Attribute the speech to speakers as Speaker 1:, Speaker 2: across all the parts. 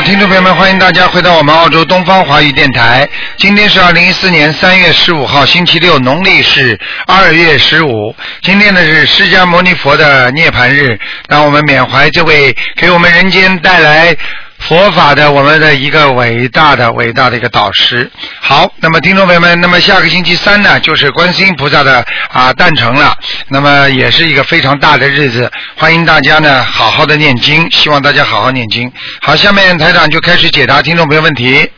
Speaker 1: 欢迎大家回到我们澳洲东方华语电台。今天是二零一四年三月十五号，星期六，农历是二月十五。今天呢是释迦牟尼佛的涅槃日，让我们缅怀这位给我们人间带来佛法的我们的一个伟大的伟大的一个导师。好，那么听众朋友们，那么下个星期三呢，就是观世音菩萨的啊诞辰了，那么也是一个非常大的日子，欢迎大家呢好好的念经，希望大家好好念经。好，下面台长就开始解答听众朋友问题。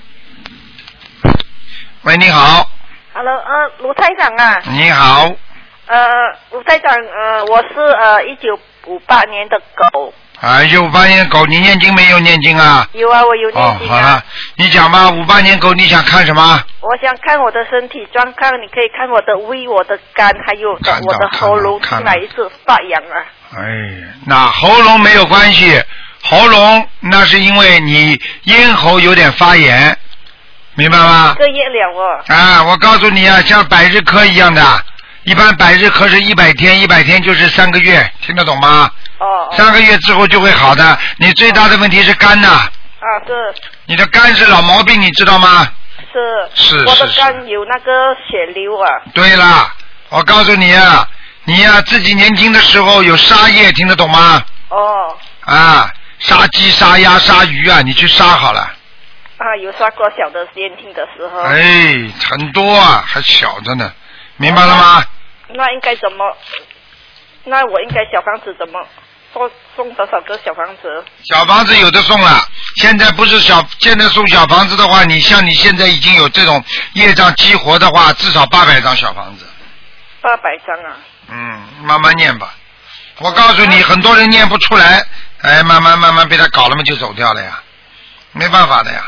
Speaker 1: 喂，你好，
Speaker 2: Hello，呃，卢台长啊，
Speaker 1: 你好，
Speaker 2: 呃，卢台长，呃，我是呃一九五八年的狗，
Speaker 1: 哎呦，五八年狗，你念经没有念经啊？
Speaker 2: 有啊，我有念
Speaker 1: 哦，
Speaker 2: 经
Speaker 1: 好
Speaker 2: 啊，
Speaker 1: 了，你讲吧，五八年狗你想看什么？
Speaker 2: 我想看我的身体状况，你可以看我的胃、我的肝，还有
Speaker 1: 看到
Speaker 2: 我的喉咙
Speaker 1: 看到看到
Speaker 2: 哪一次发痒啊？
Speaker 1: 哎，那喉咙没有关系，喉咙那是因为你咽喉有点发炎，明白吗？
Speaker 2: 这夜了哦，
Speaker 1: 啊，我告诉你啊，像百日咳一样的，一般百日咳是一百天，一百天就是三个月，听得懂吗？
Speaker 2: 哦哦
Speaker 1: 三个月之后就会好的。你最大的问题是肝呐、
Speaker 2: 啊是
Speaker 1: 你的肝是老毛病，你知道吗？
Speaker 2: 是
Speaker 1: 是
Speaker 2: 我
Speaker 1: 是
Speaker 2: 的
Speaker 1: 是
Speaker 2: 肝有那个血瘤啊，
Speaker 1: 对啦，我告诉你啊，你呀、自己年轻的时候有杀业，听得懂吗？
Speaker 2: 哦
Speaker 1: 啊，杀鸡、杀鸭、杀鱼啊，你去杀好了。
Speaker 2: 啊有刷过小的监听的时候，
Speaker 1: 哎，很多啊，还小着呢，明白了吗？
Speaker 2: 那应该怎么？那我应该小房子怎么送送多少个小房子？
Speaker 1: 小房子有的送了，现在不是小，现在送小房子的话，你像你现在已经有这种业障激活的话，至少八百张小房子，
Speaker 2: 八百张啊！
Speaker 1: 嗯，慢慢念吧。我告诉你，
Speaker 2: 嗯
Speaker 1: 很多人念不出来，哎，慢慢慢慢被他搞了嘛，就走掉了呀，没办法的呀。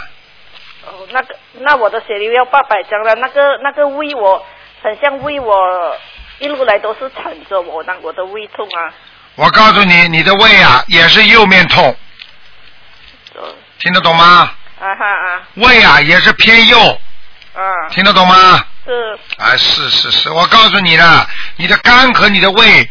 Speaker 2: 哦，那个，那我的血流要八百张了。那个那个胃我很像胃我一路来都是缠着我，那我的胃痛啊。
Speaker 1: 我告诉你，你的胃啊也是右面痛，
Speaker 2: 呃
Speaker 1: 听得懂吗？
Speaker 2: 啊哈啊
Speaker 1: 胃啊也是偏右，
Speaker 2: 啊
Speaker 1: 听得懂吗？
Speaker 2: 是
Speaker 1: 啊，是是是，我告诉你了，你的肝和你的胃，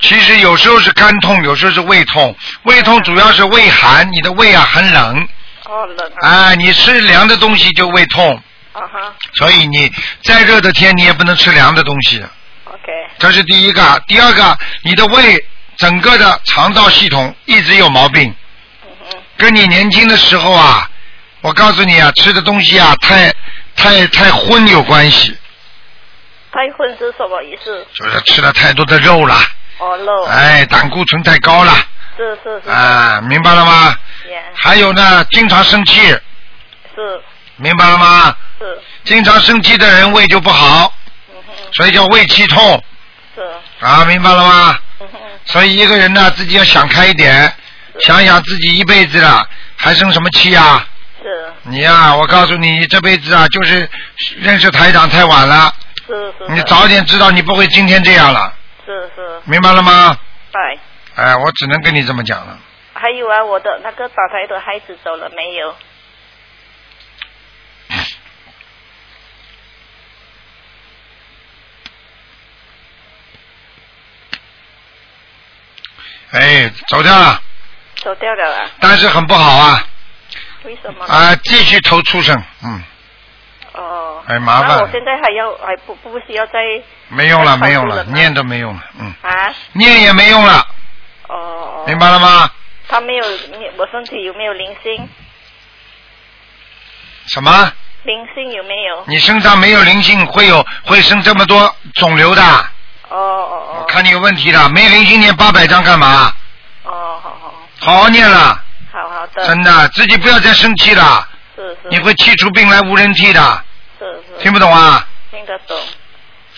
Speaker 1: 其实有时候是肝痛，有时候是胃痛。胃痛主要是胃寒，你的胃啊很冷，
Speaker 2: 哦冷啊
Speaker 1: 啊，你吃凉的东西就胃痛，
Speaker 2: 啊哈
Speaker 1: 所以你再热的天你也不能吃凉的东西，
Speaker 2: OK
Speaker 1: 这是第一个。第二个，你的胃整个的肠道系统一直有毛病，
Speaker 2: 嗯哼
Speaker 1: 跟你年轻的时候啊，我告诉你啊，吃的东西啊太太太荤有关系，
Speaker 2: 太荤是什么意思？
Speaker 1: 就是吃了太多的肉了。
Speaker 2: 哦肉
Speaker 1: 哎，胆固醇太高了
Speaker 2: 是是是
Speaker 1: 啊，明白了吗？
Speaker 2: 耶
Speaker 1: 还有呢，经常生气，
Speaker 2: 是
Speaker 1: 明白了吗？
Speaker 2: 是
Speaker 1: 经常生气的人胃就不好，
Speaker 2: 嗯哼
Speaker 1: 所以叫胃气痛
Speaker 2: 是
Speaker 1: 啊，明白了吗？
Speaker 2: 嗯哼
Speaker 1: 所以一个人呢，自己要想开一点，想想自己一辈子了，还生什么气啊？
Speaker 2: 是
Speaker 1: 你呀、我告诉你，这辈子啊，就是认识台长太晚了，
Speaker 2: 是是
Speaker 1: 你早点知道，你不会今天这样了，
Speaker 2: 是是
Speaker 1: 明白了吗？
Speaker 2: 拜。
Speaker 1: 哎，我只能跟你这么讲了。
Speaker 2: 还有啊，我的那个打胎的孩子走了没有？
Speaker 1: 哎，走掉了，
Speaker 2: 走掉了啊？
Speaker 1: 但是很不好啊。
Speaker 2: 为什么？
Speaker 1: 啊，继续投畜生，嗯，
Speaker 2: 哦，
Speaker 1: 哎麻烦
Speaker 2: 那我现在还要还不不需要再
Speaker 1: 没用了，
Speaker 2: 太
Speaker 1: 没用
Speaker 2: 投畜
Speaker 1: 了，
Speaker 2: 了
Speaker 1: 念都没用了，嗯，
Speaker 2: 啊？
Speaker 1: 念也没用了，
Speaker 2: 哦，
Speaker 1: 明。白了吗？
Speaker 2: 他没有，没我身体有没有灵性？
Speaker 1: 什么？
Speaker 2: 灵性有没有？
Speaker 1: 你身上没有灵性，会有会生这么多肿瘤的？
Speaker 2: 哦哦
Speaker 1: 我
Speaker 2: 哦。
Speaker 1: 看你有问题了，没灵性念八百张干嘛？
Speaker 2: 哦，好好
Speaker 1: 好好念了，
Speaker 2: 好好的。
Speaker 1: 真的，自己不要再生气了，
Speaker 2: 是是。
Speaker 1: 你会气出病来无人替的，
Speaker 2: 是是。
Speaker 1: 听不懂啊？
Speaker 2: 听得懂。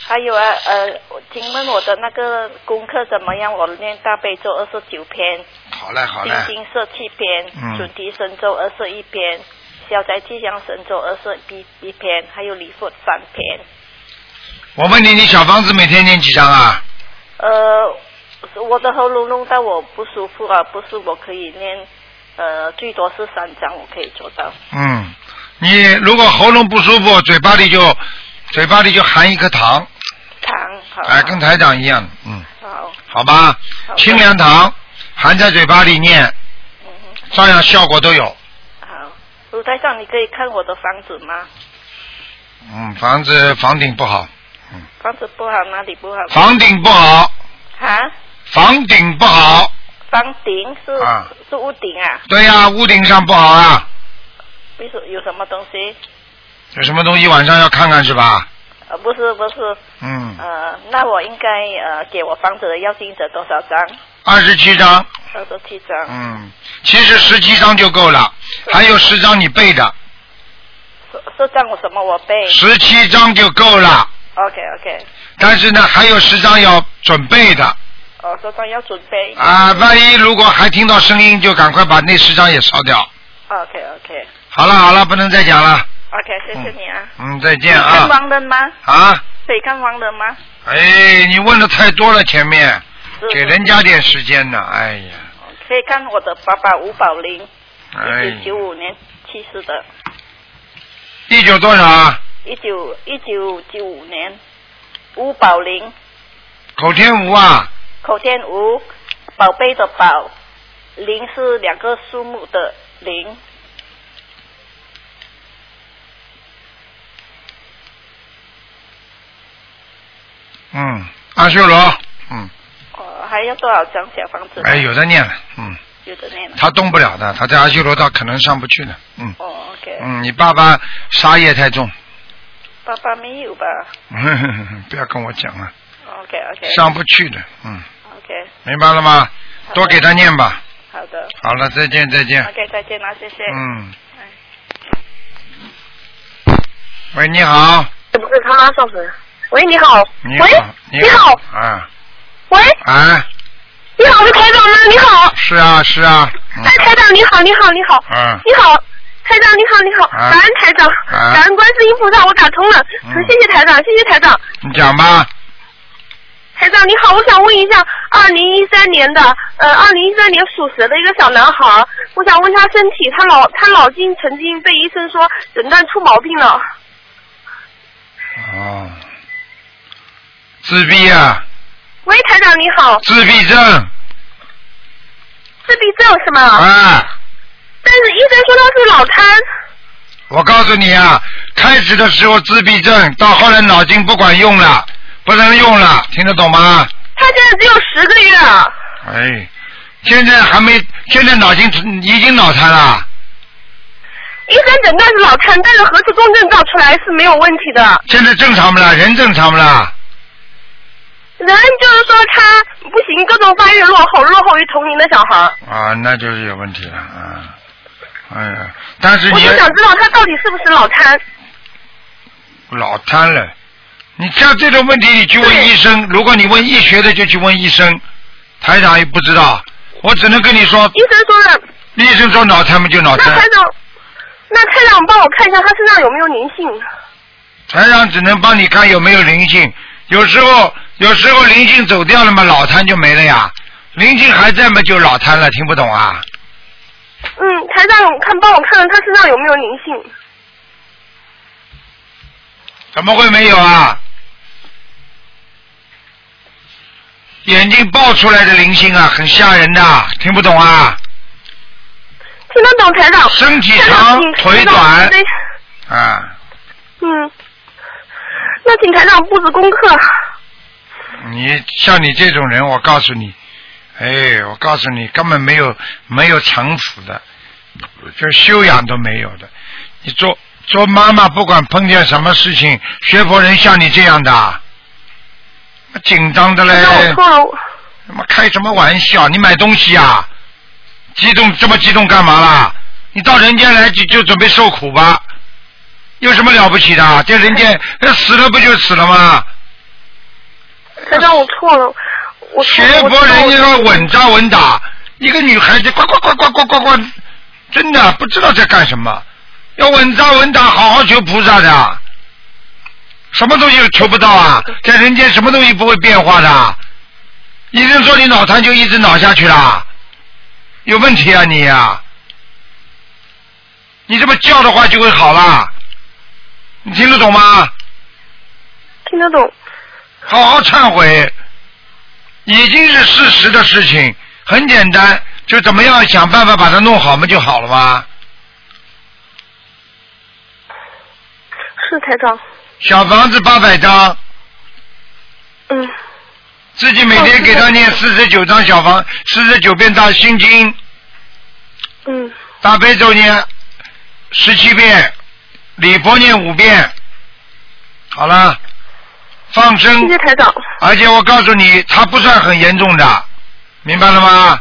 Speaker 2: 还有啊，呃，我请问我的那个功课怎么样？我念大悲咒二十九篇，
Speaker 1: 好嘞，好嘞，
Speaker 2: 心经十七篇，
Speaker 1: 嗯
Speaker 2: 准提神咒二十一篇，消灾吉祥神咒二十一一篇，还有礼佛三篇。
Speaker 1: 我问你，你小房子每天念几张啊？
Speaker 2: 呃，我的喉咙弄到我不舒服啊，不是我可以念，呃，最多是三张，我可以做到。
Speaker 1: 嗯，你如果喉咙不舒服，嘴巴里就嘴巴里就含一颗糖，
Speaker 2: 糖好，
Speaker 1: 哎，跟台长一样，嗯，
Speaker 2: 好，
Speaker 1: 好吧，
Speaker 2: 好的
Speaker 1: 清凉糖含在嘴巴里念，
Speaker 2: 嗯哼，
Speaker 1: 照样效果都有，
Speaker 2: 好，卢台上，你可以看我的房子吗？
Speaker 1: 嗯，房子房顶不好，
Speaker 2: 房子不好，哪里不好？
Speaker 1: 房顶不好，
Speaker 2: 啊，
Speaker 1: 房顶不好，
Speaker 2: 房顶是、
Speaker 1: 啊
Speaker 2: 是屋顶啊？
Speaker 1: 对呀、屋顶上不好啊，
Speaker 2: 为什有什么东西？
Speaker 1: 有什么东西晚上要看看是吧？
Speaker 2: 呃，不是不是，
Speaker 1: 嗯，
Speaker 2: 呃，那我应该呃给我房子的要经者多少张？
Speaker 1: 二十七张，
Speaker 2: 二十七张，
Speaker 1: 嗯，其实十七张就够了，还有十张你背的，
Speaker 2: 是是张我什么我背
Speaker 1: 十七张就够了，
Speaker 2: ？OK OK，
Speaker 1: 但是呢，还有十张要准备的
Speaker 2: 哦，这张要准备。
Speaker 1: 啊，万一如果还听到声音，就赶快把那十张也烧掉。
Speaker 2: OK OK
Speaker 1: 好了好了，不能再讲了，
Speaker 2: OK，谢谢你啊。
Speaker 1: 嗯，再
Speaker 2: 可以
Speaker 1: 见
Speaker 2: 看
Speaker 1: 啊
Speaker 2: 王人吗？
Speaker 1: 啊，
Speaker 2: 可以看王人吗？
Speaker 1: 哎，你问的太多了，前面
Speaker 2: 是
Speaker 1: 给人家点时间呢，哎呀，
Speaker 2: 可以看我的爸爸吴宝林，
Speaker 1: 哎
Speaker 2: 一九，九五年去世的，
Speaker 1: 一九多少啊？
Speaker 2: 一九一九九五年，吴宝林，
Speaker 1: 口天吴啊，
Speaker 2: 口天吴，宝贝的宝，林是两个数目的林，
Speaker 1: 嗯，阿修罗，嗯，
Speaker 2: 哦，还要多少张小房子？
Speaker 1: 哎，有的念了，嗯，
Speaker 2: 有的念了。
Speaker 1: 他动不了的，他在阿修罗道可能上不去了，嗯
Speaker 2: 哦，OK，
Speaker 1: 嗯，你爸爸杀业太重，
Speaker 2: 爸爸没有吧
Speaker 1: 不要跟我讲了，
Speaker 2: ？OK OK
Speaker 1: 上不去的，嗯，
Speaker 2: OK，
Speaker 1: 明白了吗？
Speaker 2: 好的
Speaker 1: 多给他念吧。
Speaker 2: 好的
Speaker 1: 好了，再见再见，
Speaker 2: ，OK，再见啦，谢谢。
Speaker 1: 嗯。
Speaker 3: 嗯
Speaker 1: 喂，你好，
Speaker 3: 是不是他妈上坟？喂，你好，
Speaker 1: 你
Speaker 3: 喂
Speaker 1: 好，，
Speaker 3: 你好，
Speaker 1: 啊
Speaker 3: 喂，
Speaker 1: 啊，
Speaker 3: 你好，是台长吗？你好，
Speaker 1: 是啊是啊，嗯
Speaker 3: 哎，台长你好，你好，你好，
Speaker 1: 啊
Speaker 3: 你好，台长你好，你好，
Speaker 1: 啊
Speaker 3: 感恩台长，
Speaker 1: 啊
Speaker 3: 感恩观世音菩萨，我打通了，
Speaker 1: 嗯
Speaker 3: 很谢谢台长，谢谢台长，
Speaker 1: 你讲吧，
Speaker 3: 台长你好，我想问一下，二零一三年的，呃，二零一三年属蛇的一个小男孩，我想问他身体，他老他脑筋曾经被医生说诊断出毛病了，
Speaker 1: 哦，自闭啊，
Speaker 3: 喂，台长你好，
Speaker 1: 自闭症
Speaker 3: 自闭症是吗？
Speaker 1: 啊，
Speaker 3: 但是医生说他是脑瘫。
Speaker 1: 我告诉你啊，开始的时候自闭症，到后来脑筋不管用了，不能用了，听得懂吗？
Speaker 3: 他现在只有十个月啊，
Speaker 1: 哎，现在还没，现在脑筋已经脑瘫了，
Speaker 3: 医生诊断是脑瘫，但是核磁共振照出来是没有问题的。
Speaker 1: 现在正常不啦？人正常不啦？
Speaker 3: 人就是说他不行，各种发育落后，落后于同龄的小孩。
Speaker 1: 啊，那就是有问题了啊。哎呀，但是
Speaker 3: 我
Speaker 1: 你
Speaker 3: 就想知道他到底是不是脑瘫。
Speaker 1: 老瘫了，你像这种问题你去问
Speaker 3: 对
Speaker 1: 医生，如果你问医学的就去问医生，台长也不知道，我只能跟你说，
Speaker 3: 医生说的，
Speaker 1: 医生说脑瘫嘛就脑
Speaker 3: 那
Speaker 1: 瘫
Speaker 3: 台，长，那台长帮我看一下他身上有没有灵性。
Speaker 1: 台长只能帮你看有没有灵性，有时候有时候灵性走掉了嘛，脑瘫就没了呀，灵性还在嘛就脑瘫了，听不懂啊？
Speaker 3: 嗯，台长看帮我看看他身上有没有灵性。
Speaker 1: 怎么会没有啊？眼睛爆出来的灵性啊，很吓人的，听不懂啊？
Speaker 3: 听得懂台长？
Speaker 1: 身体
Speaker 3: 台
Speaker 1: 长
Speaker 3: 长，请，
Speaker 1: 腿
Speaker 3: 台长
Speaker 1: 短
Speaker 3: 对
Speaker 1: 啊，
Speaker 3: 嗯，那请台长布置功课。
Speaker 1: 你像你这种人，我告诉你，哎，我告诉你，根本没有没有城府的，就修养都没有的。你做做妈妈，不管碰见什么事情，学佛人像你这样的啊，紧张的嘞
Speaker 3: 那，我错了。我
Speaker 1: 他妈开什么玩笑？你买东西啊，激动这么激动干嘛啦？你到人间来就就准备受苦吧，有什么了不起的？这人间那死了不就死了吗？
Speaker 3: 台长，我错了，我
Speaker 1: 学
Speaker 3: 错了我
Speaker 1: 佛
Speaker 3: 知道
Speaker 1: 人
Speaker 3: 我
Speaker 1: 家要稳扎稳打，一个女孩子呱呱呱呱呱呱呱，真的啊不知道在干什么，要稳扎稳打，好好求菩萨的。啊什么东西求不到啊？在人间什么东西不会变化的？医生说你脑瘫就一直脑下去啦，有问题啊你啊！你这么叫的话就会好啦，你听得懂吗？
Speaker 3: 听得懂。
Speaker 1: 好好忏悔，已经是事实的事情，很简单，就怎么样想办法把它弄好嘛就好了嘛。
Speaker 3: 是台长。
Speaker 1: 小房子八百张，
Speaker 3: 嗯，
Speaker 1: 自己每天给他念四十九张小房，四十九遍大心经，
Speaker 3: 嗯，
Speaker 1: 大悲咒念十七遍，礼佛念五遍，好了，放生
Speaker 3: 谢谢台长。
Speaker 1: 而且我告诉你，他不算很严重的，明白了吗？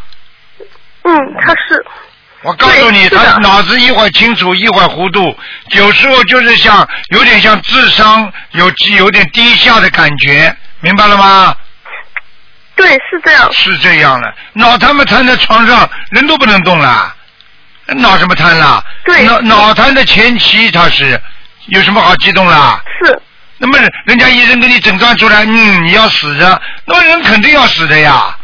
Speaker 3: 嗯，他是，
Speaker 1: 我告诉你，
Speaker 3: 对是的
Speaker 1: 他脑子一会儿清楚，一会儿糊涂，有时候就是像有点像智商有有点低下的感觉，明白了吗？
Speaker 3: 对，是这样。
Speaker 1: 是这样的，脑他妈瘫在床上，人都不能动了，脑什么瘫啦？
Speaker 3: 对
Speaker 1: 脑脑瘫的前期他是有什么好激动啦？
Speaker 3: 是，
Speaker 1: 那么人家医生给你诊断出来，嗯，你要死的，那么人肯定要死的呀。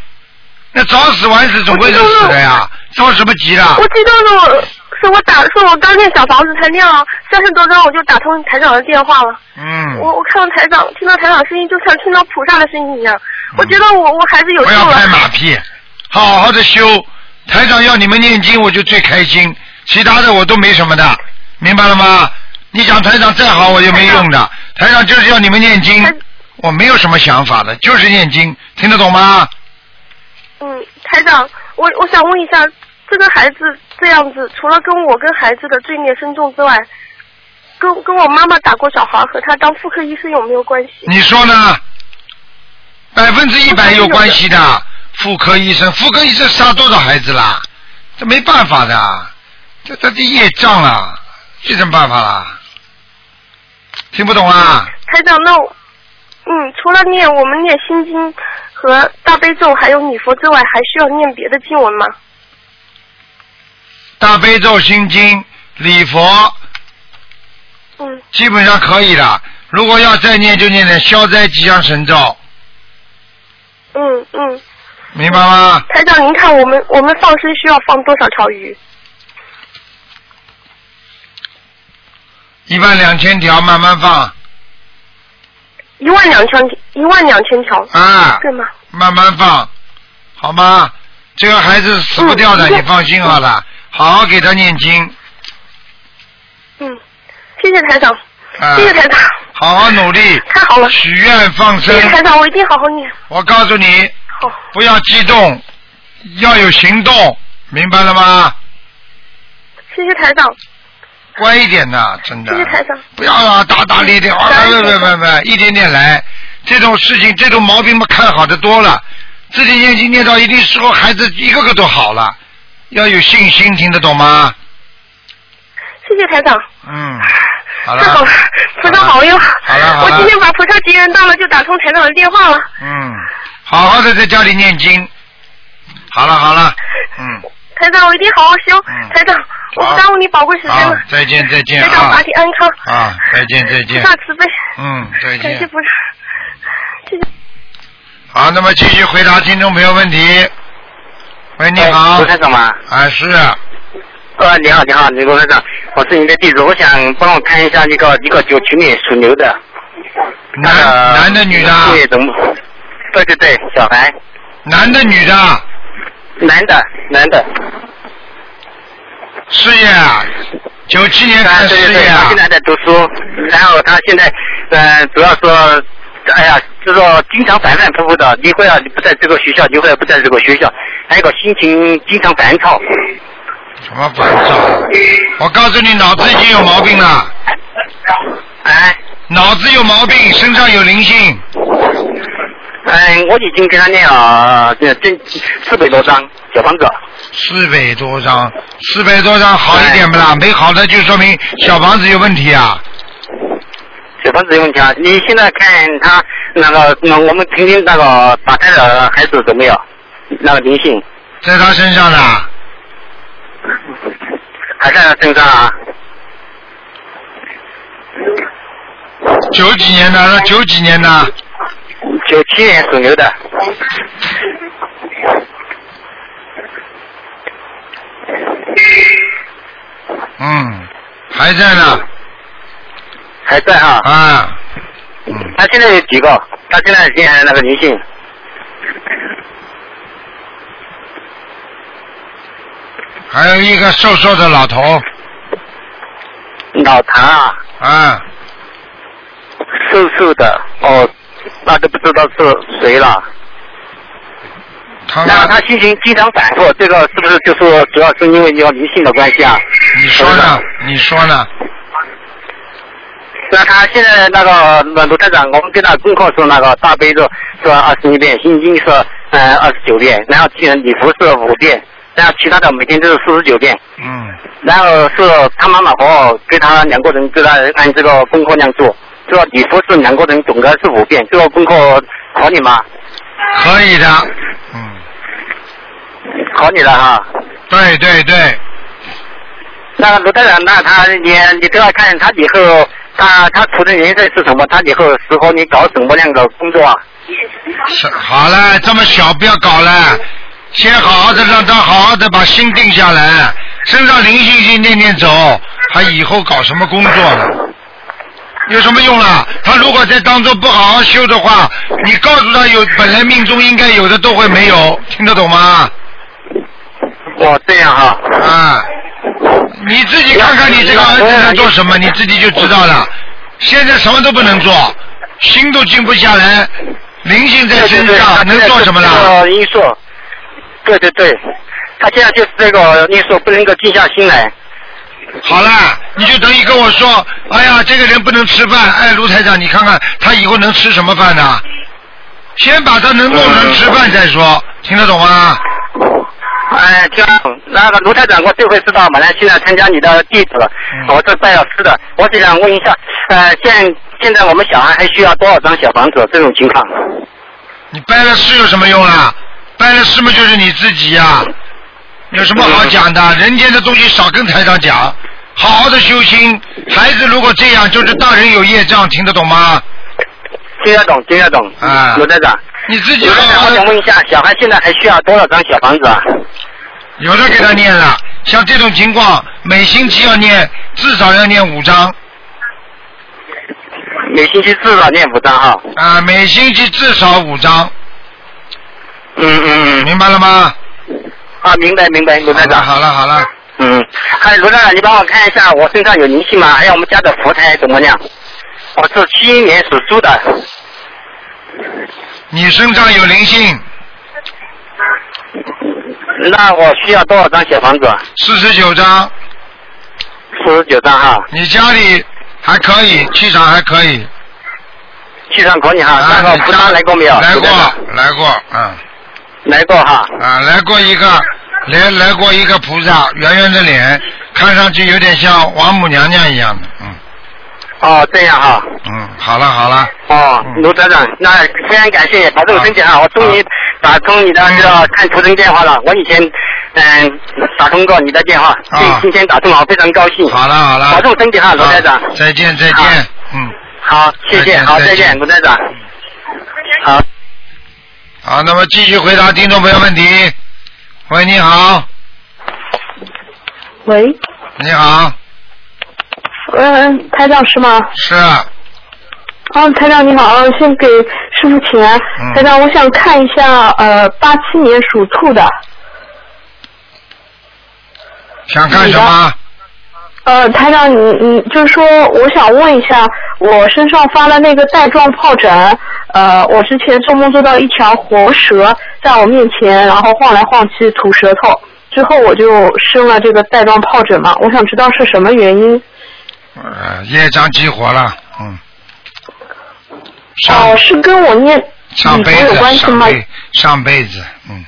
Speaker 1: 那早死晚死总归是死的呀，着什么急啦
Speaker 3: 我？激动的我，是我打，是我刚念小房子才念了三十多张，我就打通台长的电话了。
Speaker 1: 嗯，
Speaker 3: 我我看到台长，听到台长声音，就像听到菩萨的声音一样。我觉得我我孩子有
Speaker 1: 不嗯
Speaker 3: 救
Speaker 1: 要
Speaker 3: 了
Speaker 1: 拍。马屁，好好的修。台长要你们念经，我就最开心，其他的我都没什么的，明白了吗？你讲台长再好，我也没用的。台长就是要你们念经
Speaker 3: 台，
Speaker 1: 我没有什么想法的，就是念经，听得懂吗？
Speaker 3: 嗯，台长，我我想问一下，这个孩子这样子，除了跟我跟孩子的罪孽深重之外，跟跟我妈妈打过小孩和他当妇科医生有没有关系？
Speaker 1: 你说呢？百分之一百有关系的，妇科医生，妇科医生杀多少孩子啦？这没办法的，这这这业障啊，有什么办法啦？听不懂啊？
Speaker 3: 台长，那我嗯，除了念我们念心经和大悲咒还有礼佛之外，还需要念别的经文吗？
Speaker 1: 大悲咒、心经、礼佛，
Speaker 3: 嗯，
Speaker 1: 基本上可以了。如果要再念，就念点消灾吉祥神咒，
Speaker 3: 嗯嗯，
Speaker 1: 明白吗？
Speaker 3: 台长，您看我们我们放生需要放多少条鱼？
Speaker 1: 一万两千条，慢慢放
Speaker 3: 一万两千一万两千条，
Speaker 1: 啊，
Speaker 3: 对吗？
Speaker 1: 慢慢放，好吗？这个孩子死不掉的，
Speaker 3: 嗯
Speaker 1: 你放心好了，好好给他念经
Speaker 3: 嗯，谢谢台长，
Speaker 1: 啊
Speaker 3: 谢，谢台长，
Speaker 1: 好好努力，
Speaker 3: 太好了，
Speaker 1: 许愿放
Speaker 3: 谢
Speaker 1: 生
Speaker 3: 谢。台长，我一定好好念。
Speaker 1: 我告诉你，
Speaker 3: 好，
Speaker 1: 不要激动，要有行动，明白了吗？
Speaker 3: 谢谢台长，
Speaker 1: 乖一点呐，真的。
Speaker 3: 谢谢台长。
Speaker 1: 不要啊，大大咧咧，啊，不不不不，一点点来，这种事情，这种毛病嘛，看好的多了。自己念经念到一定时候，孩子一个个都好了，要有信心，听得懂吗？
Speaker 3: 谢谢台长。
Speaker 1: 嗯，好
Speaker 3: 太好
Speaker 1: 了
Speaker 3: 了，，菩萨保佑。
Speaker 1: 啊好了好了
Speaker 3: 我今天把菩萨结缘到了，就打通台长的电话了。
Speaker 1: 嗯，好好的在家里念经。好了好了，嗯，
Speaker 3: 台长，我一定好好修。
Speaker 1: 嗯
Speaker 3: 台长，我
Speaker 1: 好
Speaker 3: 不耽误你宝贵时间
Speaker 1: 好
Speaker 3: 了。，
Speaker 1: 再见再见
Speaker 3: 台长，
Speaker 1: 啊
Speaker 3: 法体安康。
Speaker 1: 啊，再见再见
Speaker 3: 菩，萨慈悲。
Speaker 1: 嗯，再
Speaker 3: 感谢
Speaker 1: 见。
Speaker 3: 菩萨。谢谢。
Speaker 1: 好，那么继续回答听众朋友问题。喂，你好
Speaker 4: 哎卢，台长吗？
Speaker 1: 啊是，
Speaker 4: 呃，你好，你好，你卢台长，我是您的弟子，我想帮我看一下一个一个九群里属牛的，
Speaker 1: 男
Speaker 4: 呃
Speaker 1: 男的啊女的。
Speaker 4: 事业怎么？对对对，小孩，
Speaker 1: 男的啊女的，
Speaker 4: 男的男的，
Speaker 1: 事业啊，九七年
Speaker 4: 啊
Speaker 1: 干
Speaker 4: 对
Speaker 1: 事
Speaker 4: 对
Speaker 1: 业
Speaker 4: 对，他
Speaker 1: 啊
Speaker 4: 现，在在读书，然后他现在呃主要说，哎呀，就是说经常反反复复的，一会儿不在这个学校，一会儿不在这个学校，还有个心情经常烦躁，
Speaker 1: 什么烦躁？啊我告诉你，脑子已经有毛病了，
Speaker 4: 哎。
Speaker 1: 脑子有毛病，身上有灵性，
Speaker 4: 嗯，我已经给他念了这这四百多张小房子。
Speaker 1: 四百多张，四百多张好一点不
Speaker 4: 哎
Speaker 1: 啦？没好的就说明小房子有问题啊。
Speaker 4: 小房子有问题啊！你现在看他那个，那我们平均那个打胎的孩子怎么样？那个灵性
Speaker 1: 在他身上呢，
Speaker 4: 还在他身上啊？
Speaker 1: 九几年的，他九几年的，
Speaker 4: 九七年属牛的，
Speaker 1: 嗯，还在呢，
Speaker 4: 还在啊。
Speaker 1: 啊，嗯，
Speaker 4: 他现在有几个？他现在现在那个灵性
Speaker 1: 还有一个瘦瘦的老头，
Speaker 4: 老谭啊，
Speaker 1: 啊，
Speaker 4: 瘦瘦的，哦，那就不知道是谁了。
Speaker 1: 他
Speaker 4: 然后他心情经常反复，这个是不是就是主要是因为你要迷信的关系啊？
Speaker 1: 你说呢？你说呢？
Speaker 4: 那他现在那个那卢台长，我们给他功课是那个大悲咒是二十一遍，心经是嗯二十九遍，然后其礼服是五遍，然后其他的每天就是四十九遍，
Speaker 1: 嗯，
Speaker 4: 然后是他妈妈和给他两个人给他按这个功课量做，这个礼服是两个人总的是五遍，这个功课考你吗？
Speaker 1: 可以的。嗯，
Speaker 4: 考你了哈。
Speaker 1: 对对对，
Speaker 4: 那卢台长，那他你你都要看他以后他他图的人生是什么，他以后适合你搞什么样的工作啊？
Speaker 1: 是好了，这么小不要搞了，先好好的让他好好的把心定下来，身上灵性先念念走，还以后搞什么工作呢？有什么用啊？他如果在当中不好好修的话，你告诉他有本来命中应该有的都会没有，听得懂吗？
Speaker 4: 哦，这样哈、
Speaker 1: 啊，你自己看看你这个儿子在做什么，你自己就知道了。现在什么都不能做，心都静不下来，灵性在身上，能做什么啦？？
Speaker 4: 因素，对对对，他现在就是这个因素，不能够静下心来。
Speaker 1: 好啦，你就等于跟我说，哎呀，这个人不能吃饭，哎，卢台长，你看看他以后能吃什么饭呢？先把他能弄成吃饭再说，听得懂吗？
Speaker 4: 哎，这样，那个卢台长，我这回知道马来西亚参加你的弟子了，
Speaker 1: 嗯
Speaker 4: 我是拜老师的，我只想问一下，呃，现现在我们小孩还需要多少张小房子？这种情况？
Speaker 1: 你拜了师有什么用啊？拜了师嘛就是你自己呀、有什么好讲的？人间的东西少跟台长讲，好好的修心。孩子如果这样，就是大人有业障，听得懂吗？
Speaker 4: 听得懂，听得懂。
Speaker 1: 啊
Speaker 4: 卢台长，
Speaker 1: 你自己
Speaker 4: 卢台
Speaker 1: 好好
Speaker 4: 长，我想
Speaker 1: 的，
Speaker 4: 问一下，小孩现在还需要多少张小房子啊？
Speaker 1: 有的给他念了。像这种情况，每星期要念，至少要念五章
Speaker 4: 每星期至少念五张哈。
Speaker 1: 啊，每星期至少五章，
Speaker 4: 嗯嗯嗯，
Speaker 1: 明白了吗？
Speaker 4: 啊，明白明白，卢
Speaker 1: 好
Speaker 4: 台
Speaker 1: 了
Speaker 4: 长。
Speaker 1: 好了好了，
Speaker 4: 嗯，哎，卢站长，你帮我看一下我身上有灵性吗？哎还有我们家的佛台怎么样？我是七一年属猪的，
Speaker 1: 你身上有灵性，
Speaker 4: 那我需要多少张小房子？
Speaker 1: 四十九章，
Speaker 4: 四十九张哈，
Speaker 1: 你家里还可以，气场还可以。
Speaker 4: 气场可以哈。那个
Speaker 1: 你
Speaker 4: 菩
Speaker 1: 家
Speaker 4: 萨来过没有？
Speaker 1: 啊来
Speaker 4: 卢
Speaker 1: 过
Speaker 4: 站长，
Speaker 1: 来过，嗯，
Speaker 4: 来过哈。
Speaker 1: 啊，来过一个，来来过一个菩萨，圆圆的脸，看上去有点像王母娘娘一样的，嗯
Speaker 4: 哦，这样哈。
Speaker 1: 嗯，好了好了，
Speaker 4: 哦
Speaker 1: 嗯，啊
Speaker 4: 卢站长，那非常感谢，保重身体哈！我终于
Speaker 1: 好
Speaker 4: 打通你的这个看图腾电话了。我以前嗯打通过你的电话，
Speaker 1: 啊
Speaker 4: 所以今天打通了，我非常高兴。
Speaker 1: 好了好了，
Speaker 4: 保重身体哈，卢
Speaker 1: 好
Speaker 4: 站长。
Speaker 1: 再见再
Speaker 4: 好
Speaker 1: 见，嗯，
Speaker 4: 好，谢
Speaker 1: 再
Speaker 4: 谢，
Speaker 1: 见
Speaker 4: 好，
Speaker 1: 再
Speaker 4: 再
Speaker 1: 见
Speaker 4: 见，卢站长。好。
Speaker 1: 好，那么继续回答听众朋友问题。喂，你好，
Speaker 5: 喂，
Speaker 1: 你好，
Speaker 5: 嗯，台长是吗？
Speaker 1: 是，
Speaker 5: 啊，台长你好，啊先给师傅请安。
Speaker 1: 嗯
Speaker 5: 台长，我想看一下，呃，八七年属兔的，
Speaker 1: 想干什么？
Speaker 5: 呃，台长，你你就是说，我想问一下，我身上发了那个带状疱疹，呃，我之前做梦做到一条活蛇在我面前，然后晃来晃去吐舌头，之后我就生了这个带状疱疹嘛，我想知道是什么原因。
Speaker 1: 呃，业障激活了，嗯，
Speaker 5: 哦、
Speaker 1: 上
Speaker 5: 是跟我念
Speaker 1: 上
Speaker 5: 礼佛
Speaker 1: 辈
Speaker 5: 有关
Speaker 1: 子，
Speaker 5: 系
Speaker 1: 上
Speaker 5: 吗？
Speaker 1: 辈上辈子，嗯。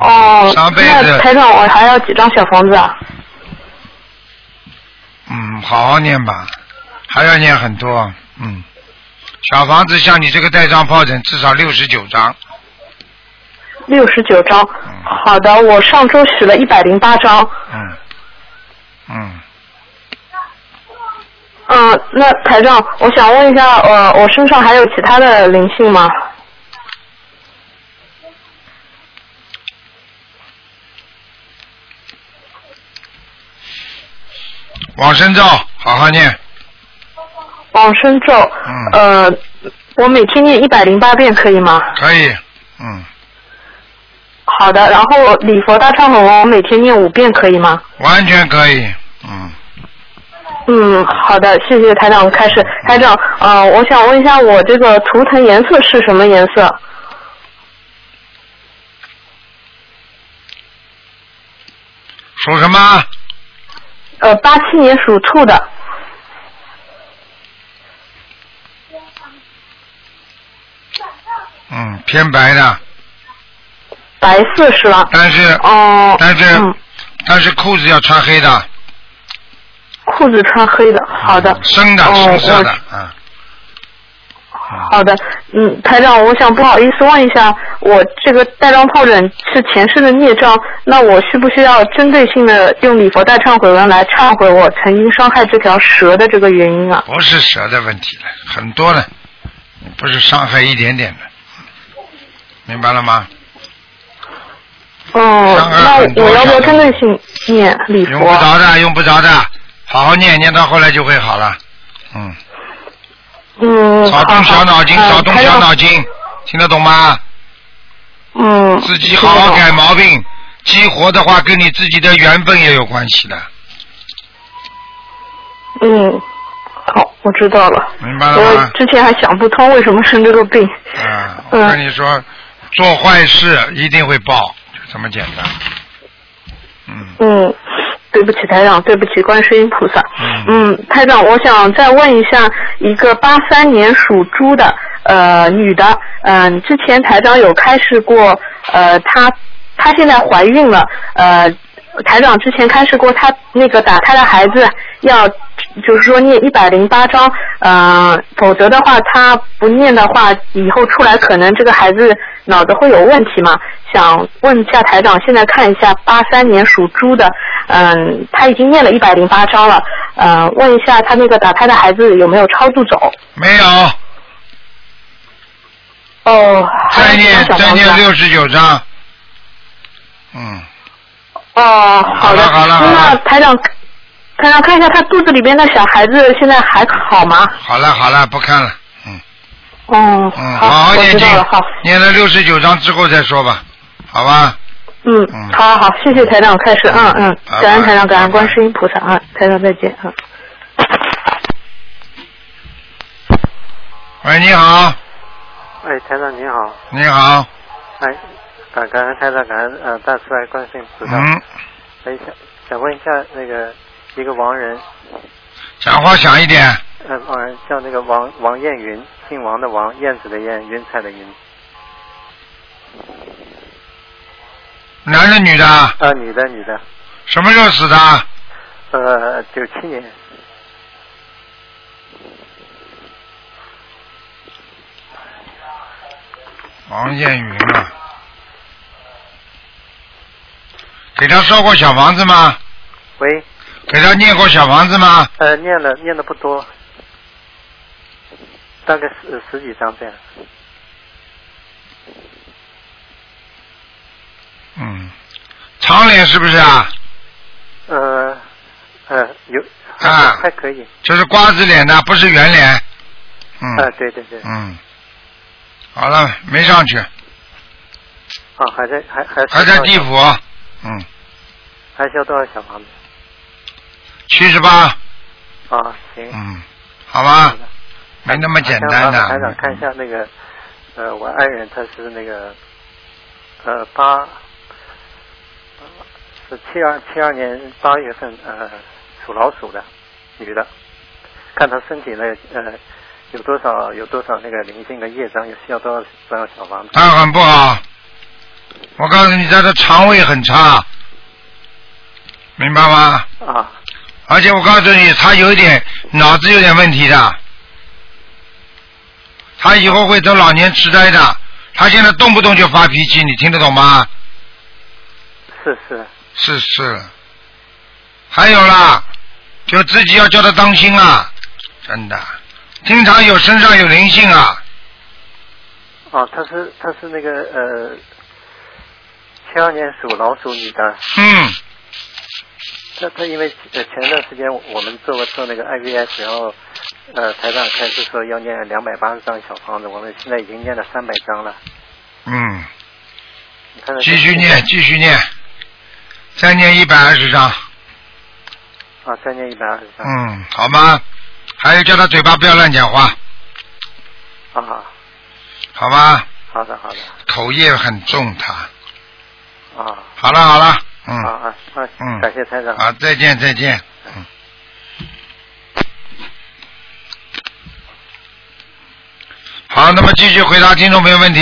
Speaker 5: 哦，
Speaker 1: 上辈
Speaker 5: 那
Speaker 1: 子
Speaker 5: 台长，我还要几张小房子啊？
Speaker 1: 嗯，好好念吧，还要念很多。嗯，小房子像你这个带状疱疹，至少六十九张。
Speaker 5: 六十九张
Speaker 1: 嗯。
Speaker 5: 好的，我上周许了一百零八张。
Speaker 1: 嗯，嗯，
Speaker 5: 嗯，那台长，我想问一下，呃，我身上还有其他的灵性吗？
Speaker 1: 往生咒，好好念。
Speaker 5: 往生咒。
Speaker 1: 嗯
Speaker 5: 呃，我每天念一百零八遍可以吗？
Speaker 1: 可以。嗯，
Speaker 5: 好的，然后礼佛大忏悔文我每天念五遍可以吗？
Speaker 1: 完全可以。嗯，
Speaker 5: 嗯，好的，谢谢台长。开始，台长，呃，我想问一下，我这个图腾颜色是什么颜色？
Speaker 1: 属什么？
Speaker 5: 呃，八七年属兔的，
Speaker 1: 嗯，偏白的，
Speaker 5: 白色是吧？
Speaker 1: 但是
Speaker 5: 哦、
Speaker 1: 但是
Speaker 5: 嗯
Speaker 1: 但是裤子要穿黑的，
Speaker 5: 裤子穿黑的，好的，
Speaker 1: 深的
Speaker 5: 哦
Speaker 1: 深色的
Speaker 5: 我，
Speaker 1: 嗯。
Speaker 5: 好的，嗯，台长，我想不好意思问一下，我这个带状疱疹是前世的孽障，那我需不需要针对性的用礼佛大忏悔文来忏悔我曾经伤害这条蛇的这个原因啊？
Speaker 1: 不是蛇的问题了，很多了，不是伤害一点点的，明白了吗？
Speaker 5: 哦，
Speaker 1: 伤害
Speaker 5: 那
Speaker 1: 很多
Speaker 5: 我要不要
Speaker 1: 条
Speaker 5: 针对性念礼
Speaker 1: 用
Speaker 5: 佛
Speaker 1: 不
Speaker 5: 啊？
Speaker 1: 着的，用不着的，好好念，念到后来就会好了。嗯，
Speaker 5: 嗯，
Speaker 1: 少
Speaker 5: 好
Speaker 1: 动
Speaker 5: 好
Speaker 1: 小脑筋，
Speaker 5: 嗯
Speaker 1: 少动
Speaker 5: 台
Speaker 1: 小
Speaker 5: 长
Speaker 1: 脑筋，听得懂吗？
Speaker 5: 嗯，
Speaker 1: 自己好好
Speaker 5: 听得
Speaker 1: 改
Speaker 5: 懂
Speaker 1: 毛病，激活的话跟你自己的缘分也有关系的，
Speaker 5: 嗯，好，我知道了。
Speaker 1: 明白了吗
Speaker 5: 我？之前还想不通为什么生这个病。
Speaker 1: 啊，
Speaker 5: 嗯
Speaker 1: 我跟你说，做坏事一定会报，就这么简单。嗯，
Speaker 5: 嗯，对不起台长，对不起观世音菩萨。
Speaker 1: 嗯
Speaker 5: 嗯，台长，我想再问一下，一个八三年属猪的呃女的，嗯、之前台长有开示过，呃，她她现在怀孕了，呃，台长之前开示过，她那个打胎的孩子要就是说念一百零八章，呃，否则的话她不念的话，以后出来可能这个孩子脑子会有问题嘛。想问一下台长，现在看一下八三年属猪的，嗯，他已经念了一百零八章了，呃，问一下他那个打胎的孩子有没有超度走？
Speaker 1: 没有，
Speaker 5: 哦，
Speaker 1: 再
Speaker 5: 还有几
Speaker 1: 念
Speaker 5: 张小
Speaker 1: 再
Speaker 5: 房子
Speaker 1: 念
Speaker 5: 啊。
Speaker 1: 六十九章。嗯，
Speaker 5: 哦，好的。
Speaker 1: 好了好了好
Speaker 5: 那
Speaker 1: 了
Speaker 5: 台长，台长看一下他肚子里边的小孩子现在还好吗？
Speaker 1: 好了好了，不看了，嗯
Speaker 5: 嗯，
Speaker 1: 嗯，好好
Speaker 5: 我
Speaker 1: 念
Speaker 5: 知
Speaker 1: 经
Speaker 5: 道了，好，，
Speaker 1: 念了六十九章之后再说吧，好吧？
Speaker 5: 嗯
Speaker 1: 嗯，
Speaker 5: 好好好，谢谢台长，开始，嗯嗯
Speaker 1: 拜拜，
Speaker 5: 感恩台长，感恩观
Speaker 1: 拜拜
Speaker 5: 世音菩萨啊，台长再见啊。嗯
Speaker 1: 喂，你好，
Speaker 6: 哎，台长您好，
Speaker 1: 你好，
Speaker 6: 哎，感感恩台长，感恩呃大慈爱观世音菩萨。
Speaker 1: 嗯，
Speaker 6: 哎，想想问一下那个一个亡人，
Speaker 1: 讲话响一点，
Speaker 6: 呃亡人叫那个王王燕云，姓王的王，燕子的燕，云彩的云，
Speaker 1: 男的女的，
Speaker 6: 啊女的女的，
Speaker 1: 什么时候死的？
Speaker 6: 呃九七年，
Speaker 1: 王艳云啊，给他烧过小房子吗？
Speaker 6: 喂，
Speaker 1: 给他念过小房子吗？
Speaker 6: 呃念了念的不多，大概十十几张这样，
Speaker 1: 嗯，长脸是不是啊？
Speaker 6: 呃呃有
Speaker 1: 啊
Speaker 6: 还可以，
Speaker 1: 就是瓜子脸的，不是圆脸。嗯、
Speaker 6: 啊对对对，
Speaker 1: 嗯，好了，没上去，
Speaker 6: 啊还在还还
Speaker 1: 还在地，府。嗯，
Speaker 6: 还需要多少小房子？
Speaker 1: 七十八。
Speaker 6: 啊行，
Speaker 1: 嗯，好吧
Speaker 6: 好的，
Speaker 1: 没那么嗯简单的。啊
Speaker 6: 麻烦台长看一下那个，呃，我爱人他是那个，呃，八，是七二七二年八月份，呃，属老鼠的，女的，看她身体那个呃有多少有多少那个灵性的业障，有需要多少多少小房子？
Speaker 1: 他很不好。我告诉你，他的肠胃很差，明白吗？
Speaker 6: 啊，
Speaker 1: 而且我告诉你，他有一点脑子有点问题的，他以后会得老年痴呆的。他现在动不动就发脾气，你听得懂吗？
Speaker 6: 是是，
Speaker 1: 是是。还有啦，就自己要叫他当心啊，真的，经常有身上有灵性啊，
Speaker 6: 啊，她是她是那个呃，七二年属老鼠女的，
Speaker 1: 嗯，
Speaker 6: 那他因为呃前段时间我们做过做那个 IVS，然后呃台长开始说要念两百八十张小房子，我们现在已经念了三百张了。
Speaker 1: 嗯，
Speaker 6: 你看看
Speaker 1: 继续念，继续念，再念一百二十章，
Speaker 6: 啊，三千一百二十张。
Speaker 1: 嗯，好吗？还有叫他嘴巴不要乱讲话，嗯
Speaker 6: 啊，
Speaker 1: 好吗？
Speaker 6: 好的好的
Speaker 1: 口业很重他。
Speaker 6: 啊
Speaker 1: 好了好了，嗯，
Speaker 6: 啊啊啊
Speaker 1: 嗯！
Speaker 6: 感谢台长。
Speaker 1: 好，再见再见，嗯。好，那么继续回答听众朋友问题。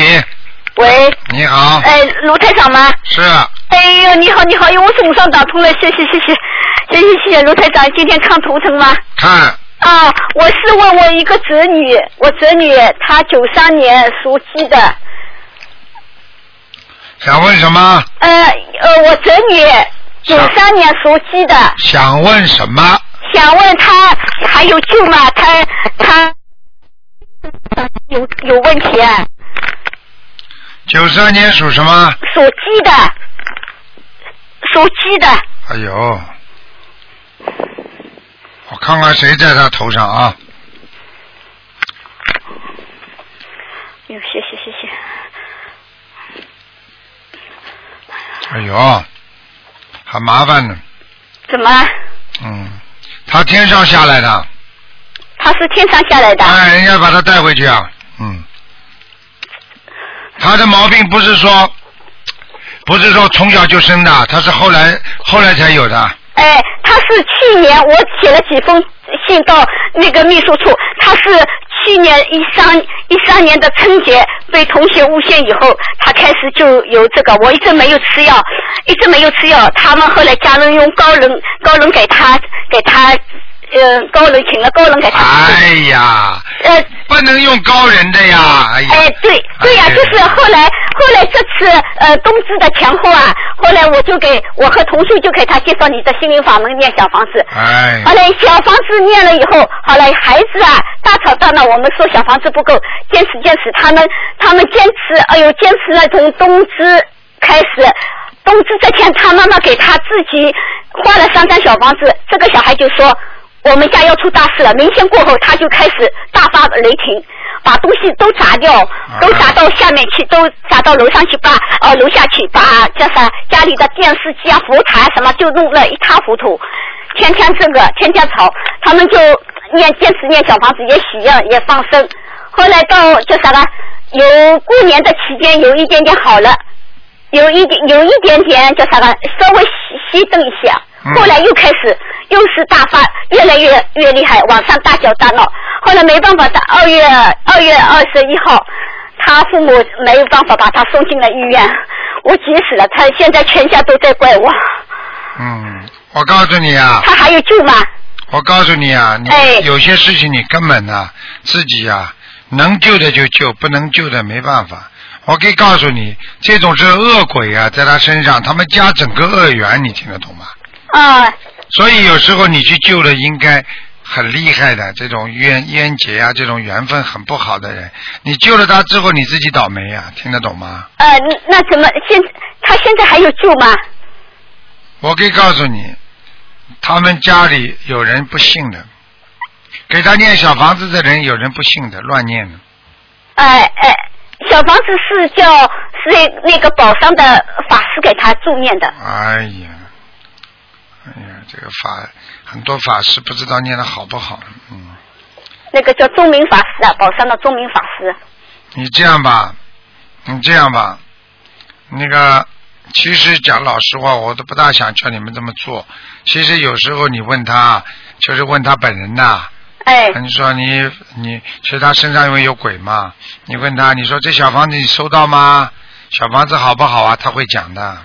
Speaker 7: 喂，
Speaker 1: 你好，
Speaker 7: 哎，卢台长吗？
Speaker 1: 是
Speaker 7: 哎呦，你好，你好，哎呦，我总算打通了，谢谢，谢谢，谢谢，谢谢卢台长，今天看图腾吗？
Speaker 1: 看
Speaker 7: 啊，我是问我一个侄女，我侄女她九三年属鸡的，
Speaker 1: 想问什么？
Speaker 7: 呃呃，我侄女九三年属鸡的，
Speaker 1: 想问什么？
Speaker 7: 想问她还有救吗？她她有有问题啊，
Speaker 1: 九三年属什么？
Speaker 7: 属鸡的，属鸡的，
Speaker 1: 哎呦，我看看谁在他头上啊？
Speaker 7: 哎呦，谢谢谢谢，
Speaker 1: 哎呦，很麻烦呢。
Speaker 7: 怎么？
Speaker 1: 嗯，他天上下来的，
Speaker 7: 她是天上下来的？
Speaker 1: 哎，人家把他带回去啊。嗯，他的毛病不是说，不是说从小就生的，他是后来后来才有的。
Speaker 7: 哎，他是去年我写了几封信到那个秘书处，他是去年一三一三年的春节被同学诬陷以后，他开始就有这个，我一直没有吃药，一直没有吃药，他们后来家人用高冷高冷给他给他，呃，高冷请了高冷给他，
Speaker 1: 哎呀，
Speaker 7: 呃，
Speaker 1: 不能用高人的呀！哎呀，
Speaker 7: 哎，对对呀、
Speaker 1: 哎
Speaker 7: 就是后来后来这次呃冬至的前后啊，后来我就给我和同事就给他介绍你的心灵法门念小房子，
Speaker 1: 哎，
Speaker 7: 后来小房子念了以后，后来孩子啊大吵大闹，我们说小房子不够，坚持坚持，他们他们坚持，哎呦，坚持了从冬至开始，冬至这天他妈妈给他自己画了三张小房子，这个小孩就说我们家要出大事了，明天过后他就开始大发雷霆。把东西都砸掉，都砸到下面去，都砸到楼上去，把哦楼下去，把这啥家里的电视机啊、佛台啊什么就弄得一塌糊涂。天天这个天天吵，他们就念坚持念小房子，也许愿也放生。后来到叫啥呢？有过年的期间有一点点好了，有一点有一点点叫啥呢？稍微熄熄灯一下
Speaker 1: 嗯。
Speaker 7: 后来又开始又是大发，越来越越厉害，晚上大叫大闹。后来没办法，到二月二月二十一号，他父母没有办法把他送进了医院，我急死了。他现在全家都在怪我，
Speaker 1: 嗯，我告诉你啊，
Speaker 7: 他还有救吗？
Speaker 1: 我告诉你啊，你
Speaker 7: 哎
Speaker 1: 有些事情你根本呢、自己啊，能救的就救，不能救的没办法。我可以告诉你，这种是恶鬼啊，在他身上，他们加整个恶缘，你听得懂吗？
Speaker 7: 啊、
Speaker 1: 所以有时候你去救了，应该很厉害的这种冤冤结啊，这种缘分很不好的人，你救了他之后，你自己倒霉啊，听得懂吗？
Speaker 7: 呃，那怎么现他现在还有救吗？
Speaker 1: 我可以告诉你，他们家里有人不信的，给他念小房子的人有人不信的，乱念的。
Speaker 7: 哎哎，小房子是叫是那个宝山的法师给他助念的。
Speaker 1: 哎呀，哎呀，这个法很多法师不知道念的好不好。嗯，
Speaker 7: 那个叫钟明法师啊，宝山的钟明法师。
Speaker 1: 你这样吧，你这样吧，那个其实讲老实话，我都不大想叫你们这么做。其实有时候你问他，就是问他本人呐、
Speaker 7: 哎，
Speaker 1: 你说你你，其实他身上因为有鬼嘛，你问他，你说这小房子你收到吗？小房子好不好啊？他会讲的，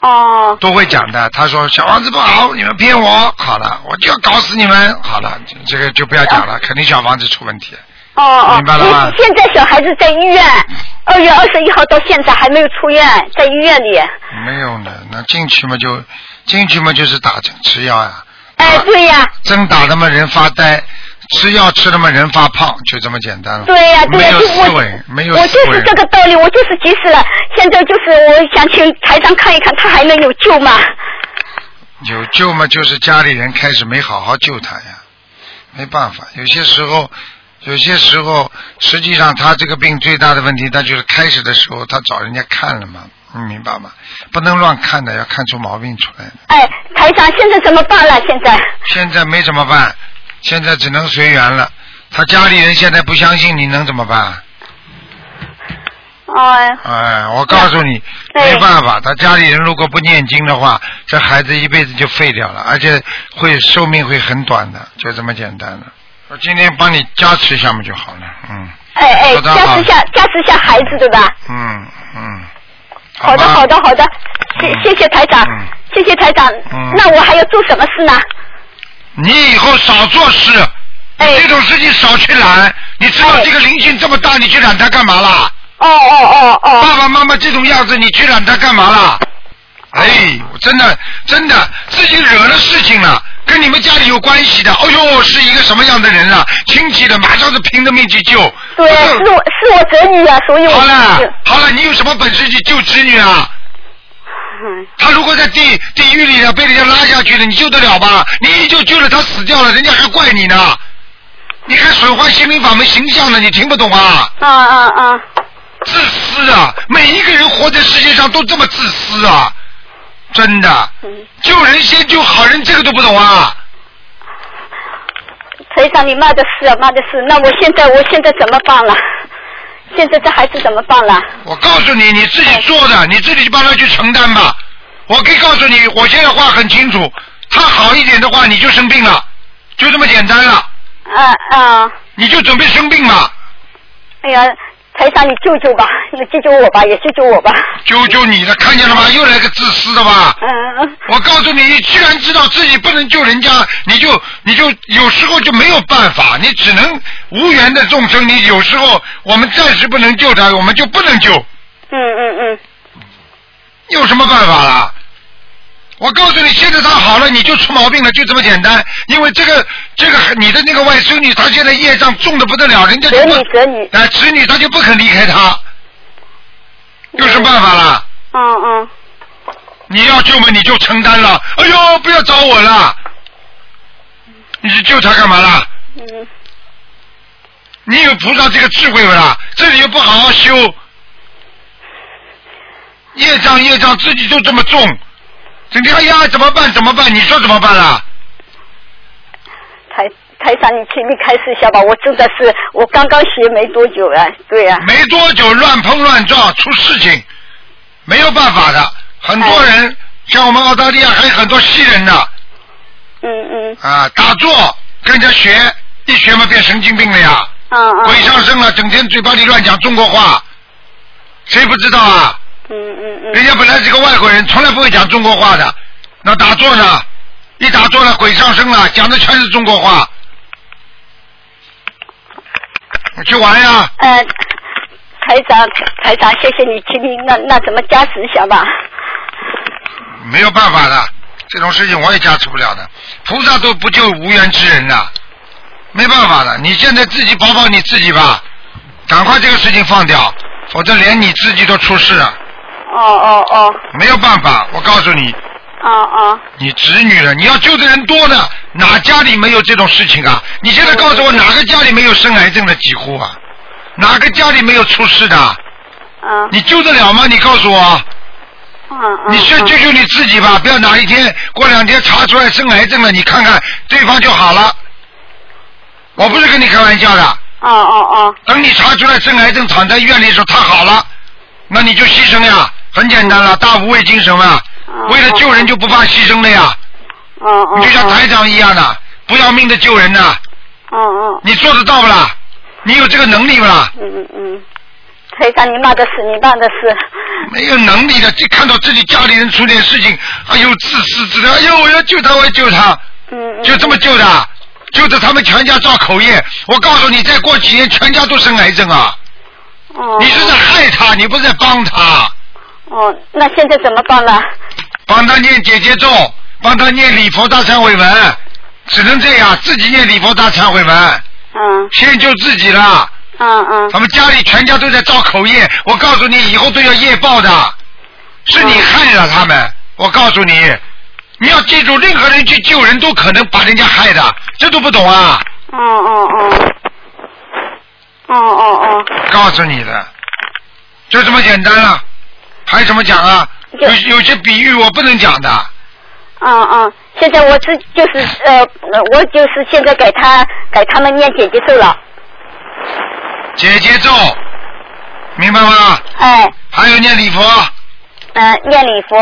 Speaker 7: 哦，
Speaker 1: 都会讲的。他说小房子不好，你们骗我，好了，我就要搞死你们，好了，这这个就不要讲了，肯定小房子出问题。
Speaker 7: 哦哦
Speaker 1: 明白了吗，
Speaker 7: 现在小孩子在医院，二月二十一号到现在还没有出院，在医院里。
Speaker 1: 没有呢，那进去嘛就进去嘛就是打针吃药呀、
Speaker 7: 哎，对呀、
Speaker 1: 针打的嘛人发呆，吃药吃的嘛人发胖，就这么简单了。
Speaker 7: 对呀、对
Speaker 1: 没
Speaker 7: 呀、
Speaker 1: 有
Speaker 7: 就
Speaker 1: 思
Speaker 7: 我
Speaker 1: 维，没有
Speaker 7: 我
Speaker 1: 思
Speaker 7: 就
Speaker 1: 维
Speaker 7: 是。这个道理，我就是急死了。现在就是我想请台长看一看，他还能有救吗？
Speaker 1: 有救嘛，就是家里人开始没好好救他呀，没办法，有些时候，有些时候，实际上他这个病最大的问题，他就是开始的时候他找人家看了嘛，你明白吗？不能乱看的，要看出毛病出来的。
Speaker 7: 哎，台长，现在怎么办了？现在
Speaker 1: 现在没怎么办，现在只能随缘了。他家里人现在不相信你能怎么办？
Speaker 7: 哎，
Speaker 1: 哎，我告诉你，
Speaker 7: 对
Speaker 1: 没办法，他家里人如果不念经的话，这孩子一辈子就废掉了，而且会寿命会很短的，就这么简单了。我今天帮你加持一下嘛就好了，嗯
Speaker 7: 哎哎，
Speaker 1: 好的
Speaker 7: 加持一下加持一下孩子对吧？
Speaker 1: 嗯嗯，
Speaker 7: 好的
Speaker 1: 吧
Speaker 7: 好的好的，谢
Speaker 1: 嗯
Speaker 7: 谢谢台长
Speaker 1: 嗯，
Speaker 7: 谢谢台长
Speaker 1: 嗯。
Speaker 7: 那我还要做什么事呢？
Speaker 1: 你以后少做事，你
Speaker 7: 哎
Speaker 1: 这种事情少去揽。你知道
Speaker 7: 哎
Speaker 1: 这个灵性这么大，你去揽它干嘛啦？
Speaker 7: 哦哦哦哦，
Speaker 1: 爸爸妈妈这种样子，你去揽它干嘛啦？哎，我真的真的，自己惹了事情了，跟你们家里有关系的。哎呦，是一个什么样的人啊？亲戚的，马上是拼着命去救。
Speaker 7: 对，
Speaker 1: 不
Speaker 7: 是我是我侄女啊，所以我
Speaker 1: 好了
Speaker 7: 就
Speaker 1: 好了，你有什么本事去救侄女啊？
Speaker 7: 嗯
Speaker 1: 他如果在地地狱里呢，被人家拉下去了，你救得了吧？你一救救了他死掉了，人家还怪你呢，你还损坏心灵法门形象呢，你听不懂啊？
Speaker 7: 啊啊啊！
Speaker 1: 自私啊！每一个人活在世界上都这么自私啊！真的，
Speaker 7: 嗯
Speaker 1: 救人先救好人，这个都不懂啊！
Speaker 7: 台长，你骂的是啊，骂的是。那我现在我现在怎么办了？现在这孩子怎么办了？
Speaker 1: 我告诉你，你自己做的，你自己帮他去承担吧。我可以告诉你，我现在话很清楚，他好一点的话，你就生病了，就这么简单了，
Speaker 7: 啊啊！
Speaker 1: 你就准备生病吧。
Speaker 7: 哎呀，台长，你救救吧，你救救我吧，也救救我吧。
Speaker 1: 救救你了，看见了吗？又来个自私的吧！
Speaker 7: 嗯，
Speaker 1: 我告诉你，你居然知道自己不能救人家，你就你就有时候就没有办法，你只能无缘的众生，你有时候我们暂时不能救他，我们就不能救，
Speaker 7: 嗯嗯嗯，
Speaker 1: 有什么办法啦？我告诉你，现在他好了，你就出毛病了，就这么简单。因为这个这个你的那个外孙女，她现在业障重的不得了，人家就
Speaker 7: 侄
Speaker 1: 不
Speaker 7: 女侄女，
Speaker 1: 哎侄女，她就不肯离开他，有什么办法啦？
Speaker 7: 嗯嗯，
Speaker 1: 你要救嘛，你就承担了。哎呦，不要找我了！你去救他干嘛啦？
Speaker 7: 嗯，
Speaker 1: 你有菩萨这个智慧不啦？这里又不好好修，业障业障自己就这么重，整天哎呀怎么办怎么办？你说怎么办啦？
Speaker 7: 台台长，你请你开示一下吧，我真的是我刚刚学没多久啊，对啊，
Speaker 1: 没多久乱碰乱撞出事情，没有办法的。很多人、
Speaker 7: 哎
Speaker 1: 像我们澳大利亚还有很多西人呢，
Speaker 7: 嗯嗯
Speaker 1: 啊，打坐跟着学，一学嘛变神经病了呀。
Speaker 7: 嗯嗯，
Speaker 1: 鬼上身了，整天嘴巴里乱讲中国话，谁不知道啊？
Speaker 7: 嗯嗯
Speaker 1: 人
Speaker 7: 嗯，
Speaker 1: 家本来是个外国人，从来不会讲中国话的，那打坐呢，一打坐呢，鬼上身了，讲的全是中国话，你去玩呀，
Speaker 7: 呃，台长台长，谢谢你，请你那那怎么加持一下吧？
Speaker 1: 没有办法的，这种事情我也加持不了的，菩萨都不救无缘之人的，没办法的，你现在自己保保你自己吧，赶快这个事情放掉，否则连你自己都出事了，
Speaker 7: 哦哦哦
Speaker 1: 没有办法，我告诉你。
Speaker 7: 哦哦，
Speaker 1: 你侄女了，你要救的人多呢，哪家里没有这种事情啊？你现在告诉我，
Speaker 7: 嗯
Speaker 1: 哪个家里没有生癌症的几乎啊？哪个家里没有出事的？啊
Speaker 7: 嗯
Speaker 1: 你救得了吗？你告诉我，
Speaker 7: 嗯嗯，
Speaker 1: 你去
Speaker 7: 嗯
Speaker 1: 救救你自己吧，不要哪一天过两天查出来生癌症了，你看看对方就好了。我不是跟你开玩笑的，
Speaker 7: 哦哦哦，
Speaker 1: 等你查出来生癌症躺在医院里的时候，他好了，那你就牺牲呀，很简单了，大无畏精神嘛，
Speaker 7: 嗯
Speaker 1: 为了救人就不怕牺牲的呀。
Speaker 7: 哦哦，
Speaker 1: 你就像台长一样的，不要命的救人呐、
Speaker 7: 嗯嗯
Speaker 1: 你做得到不啦？你有这个能力不啦？
Speaker 7: 嗯嗯，台长，你骂的是，你骂的是，
Speaker 1: 没有能力的，就看到自己家里人出点事情，哎呦，自私自利，哎呦，我要救他，我要救他，
Speaker 7: 嗯嗯，
Speaker 1: 就这么救的，救着他们全家造口业。我告诉你，再过几年全家都生癌症啊！
Speaker 7: 哦，
Speaker 1: 你是在害他，你不是在帮他，
Speaker 7: 哦，那现在怎么办了？
Speaker 1: 帮他念姐姐咒，帮他念礼佛大忏悔文，只能这样，自己念礼佛大忏悔文，
Speaker 7: 嗯
Speaker 1: 先救自己啦。
Speaker 7: 嗯嗯
Speaker 1: 他们家里全家都在造口业，我告诉你，以后都要业报的，是你害了他
Speaker 7: 嗯
Speaker 1: 们。我告诉你，你要记住，任何人去救人都可能把人家害的，这都不懂啊！
Speaker 7: 哦哦哦，哦哦哦，
Speaker 1: 告诉你的，就这么简单了。还有什么讲啊？
Speaker 7: 就
Speaker 1: 有有些比喻我不能讲的。
Speaker 7: 嗯嗯，现在我自就是呃，我就是现在给他给他们念姐姐咒了，
Speaker 1: 姐姐咒，明白吗？
Speaker 7: 哎，
Speaker 1: 还有念礼佛。
Speaker 7: 嗯、念礼佛，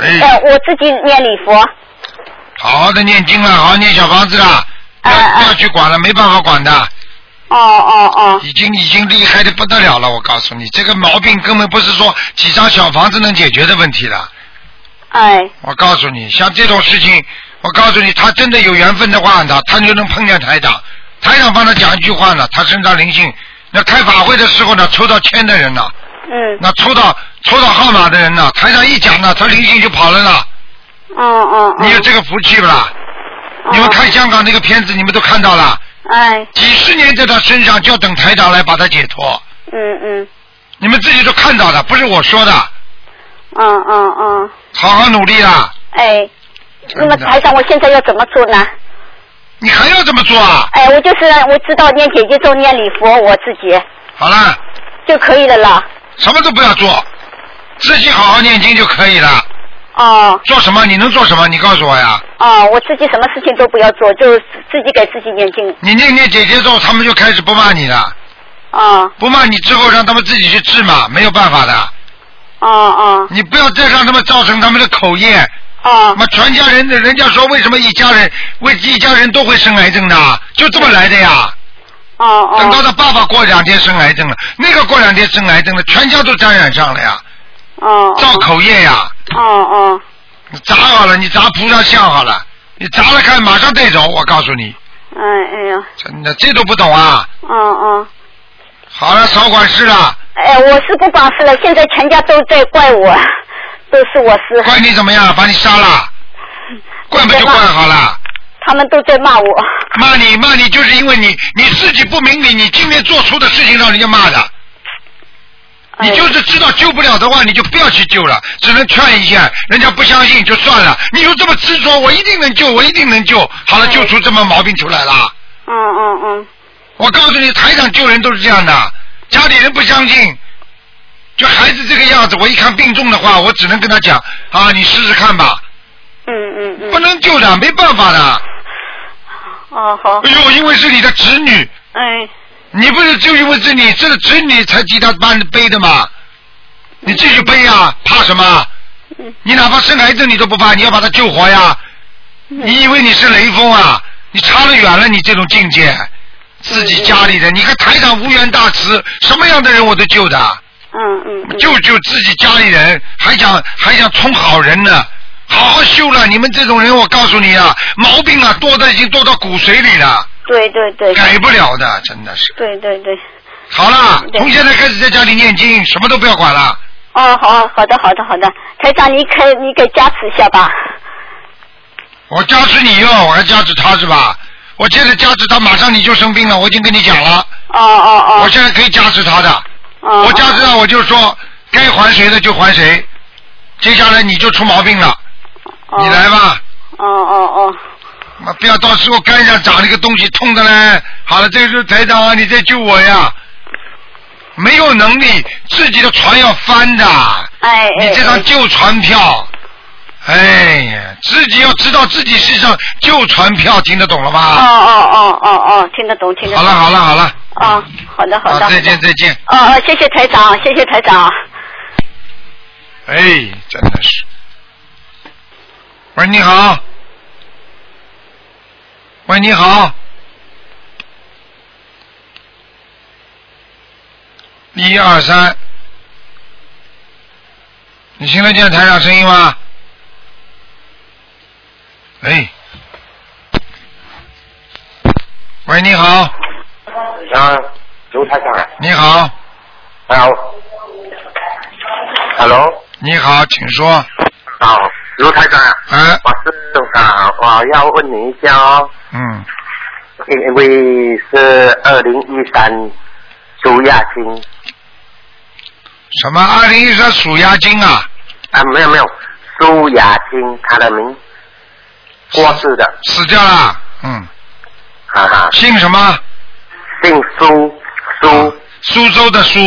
Speaker 7: 哎、
Speaker 1: 哎，
Speaker 7: 我自己念礼佛，
Speaker 1: 好好的念经了，好好念小房子了，不要
Speaker 7: 哎
Speaker 1: 不
Speaker 7: 哎
Speaker 1: 要去管了，没办法管的，
Speaker 7: 哦哦哦，
Speaker 1: 已经已经厉害的不得了了。我告诉你，这个毛病根本不是说几张小房子能解决的问题了。
Speaker 7: 哎，
Speaker 1: 我告诉你，像这种事情，我告诉你，他真的有缘分的话，他他就能碰见台长，台长帮他讲一句话呢，他身上灵性。那开法会的时候呢，抽到签的人呢，
Speaker 7: 嗯，
Speaker 1: 那抽到抽到号码的人呢，台长一讲呢，他灵性就跑了呢。
Speaker 7: 哦哦哦，
Speaker 1: 你有这个福气不啦？你们看香港那个片子，你们都看到了，
Speaker 7: 哎，
Speaker 1: 几十年在他身上，就要等台长来把他解脱。
Speaker 7: 嗯嗯，
Speaker 1: 你们自己都看到的，不是我说的。
Speaker 7: 嗯嗯嗯，
Speaker 1: 好好努力啦！
Speaker 7: 哎，那么
Speaker 1: 真的
Speaker 7: 台长，我现在要怎么做呢？
Speaker 1: 你还要这么做啊？
Speaker 7: 哎，我就是我知道念姐姐咒、念礼佛，我自己
Speaker 1: 好了，
Speaker 7: 就可以了啦。
Speaker 1: 什么都不要做，自己好好念经就可以了。
Speaker 7: 哦
Speaker 1: 做什么？你能做什么？你告诉我呀！
Speaker 7: 哦，我自己什么事情都不要做，就自己给自己念经。
Speaker 1: 你念念姐姐咒，他们就开始不骂你了，
Speaker 7: 哦
Speaker 1: 不骂你之后让他们自己去治嘛，没有办法的。
Speaker 7: 哦哦
Speaker 1: 你不要再让他们造成他们的口业，
Speaker 7: 哦
Speaker 1: 妈，全家人的人家说为什么一家人为一家人都会生癌症的，就这么来的呀？
Speaker 7: 哦哦
Speaker 1: 等到他爸爸过两天生癌症了，那个过两天生癌症了，全家都沾染上了呀，
Speaker 7: 哦
Speaker 1: 造口业呀！
Speaker 7: 哦哦
Speaker 1: 你砸好了，你砸菩萨像好了，你砸了看，马上带走。我告诉你，
Speaker 7: 哎哎呀，
Speaker 1: 真的这都不懂啊！
Speaker 7: 哦哦。
Speaker 1: 好了，少管事了，
Speaker 7: 哎，我是不管事了，现在全家都在怪我， 都是我事，
Speaker 1: 怪你怎么样？把你杀了，怪不就怪好了。
Speaker 7: 他们都在骂我。
Speaker 1: 骂你骂你，就是因为你你自己不明理，你今天做出的事情让人家骂的。
Speaker 7: 哎
Speaker 1: 你就是知道救不了的话，你就不要去救了，只能劝一下，人家不相信就算了。你就这么执着，我一定能救，我一定能救，好了，
Speaker 7: 哎
Speaker 1: 救出这么毛病出来了。
Speaker 7: 嗯嗯嗯，
Speaker 1: 我告诉你，台长救人都是这样的，家里人不相信，就孩子这个样子，我一看病重的话，我只能跟他讲啊，你试试看吧，
Speaker 7: 嗯嗯
Speaker 1: 不
Speaker 7: 嗯，
Speaker 1: 能救的，没办法的。
Speaker 7: 哦好，
Speaker 1: 哎呦，因为是你的侄女，
Speaker 7: 哎
Speaker 1: 你不是就因为是你这个侄女才替他搬背的吗？你继续背呀，怕什么
Speaker 7: 嗯？
Speaker 1: 你哪怕生孩子你都不怕，你要把他救活呀？你以为你是雷锋啊？你差得远了，你这种境界，自己家里人，你看台长无缘大慈，什么样的人我都救的，
Speaker 7: 嗯嗯嗯，
Speaker 1: 救救自己家里人，还想还想充好人呢，好好修了。你们这种人，我告诉你啊，毛病啊多的已经多到骨髓里了，
Speaker 7: 对对对
Speaker 1: 改不了的，真的是。
Speaker 7: 对对对，
Speaker 1: 好啦，
Speaker 7: 对
Speaker 1: 从现在开始在家里念经，什么都不要管了。
Speaker 7: 哦好好的好的好的，台长你可你给加持一下吧，
Speaker 1: 我加持你哟，我还加持他是吧？我现在加持他，马上你就生病了。我已经跟你讲了，
Speaker 7: 哦哦
Speaker 1: 我现在可以加持他的。
Speaker 7: 哦，
Speaker 1: 我加持他，我就说该还谁的就还谁。接下来你就出毛病了，你来，吧。
Speaker 7: 哦哦哦，
Speaker 1: 妈不要到时候肝上长了一个东西，痛的嘞。好了，这个是台长啊，你在救我呀。没有能力，自己的船要翻的。
Speaker 7: 哎
Speaker 1: 你
Speaker 7: 哎，
Speaker 1: 这张旧船票，哎呀，自己要知道自己是一张旧船票，听得懂了
Speaker 7: 哦
Speaker 1: 吗？
Speaker 7: 哦哦哦哦，听得懂听得
Speaker 1: 啊好
Speaker 7: 懂，
Speaker 1: 了好了好了，
Speaker 7: 啊好的好
Speaker 1: 好
Speaker 7: 的，
Speaker 1: 再见再见。
Speaker 7: 哦哦谢谢台长谢谢台长，
Speaker 1: 哎，真的是。喂，你好。喂，你好。一二三，你听得见台长声音吗？哎，喂，你好，
Speaker 8: 啊，卢台长
Speaker 4: 哎
Speaker 8: 啊，
Speaker 1: 你好，
Speaker 8: 啊，Hello，
Speaker 1: 你好，请说。
Speaker 8: 好，卢台长啊，
Speaker 1: 哎，
Speaker 8: 我是啊，我要问你一下哦，
Speaker 1: 嗯，
Speaker 8: 因为是二零一三属亚金
Speaker 1: 什么？二零一三属鸭精啊？
Speaker 8: 啊，没有没有，苏亚金，他的名过世的，
Speaker 1: 死掉了。嗯，
Speaker 8: 哈、哈，
Speaker 1: 姓什么？啊
Speaker 8: 姓苏，苏
Speaker 1: 苏州的苏，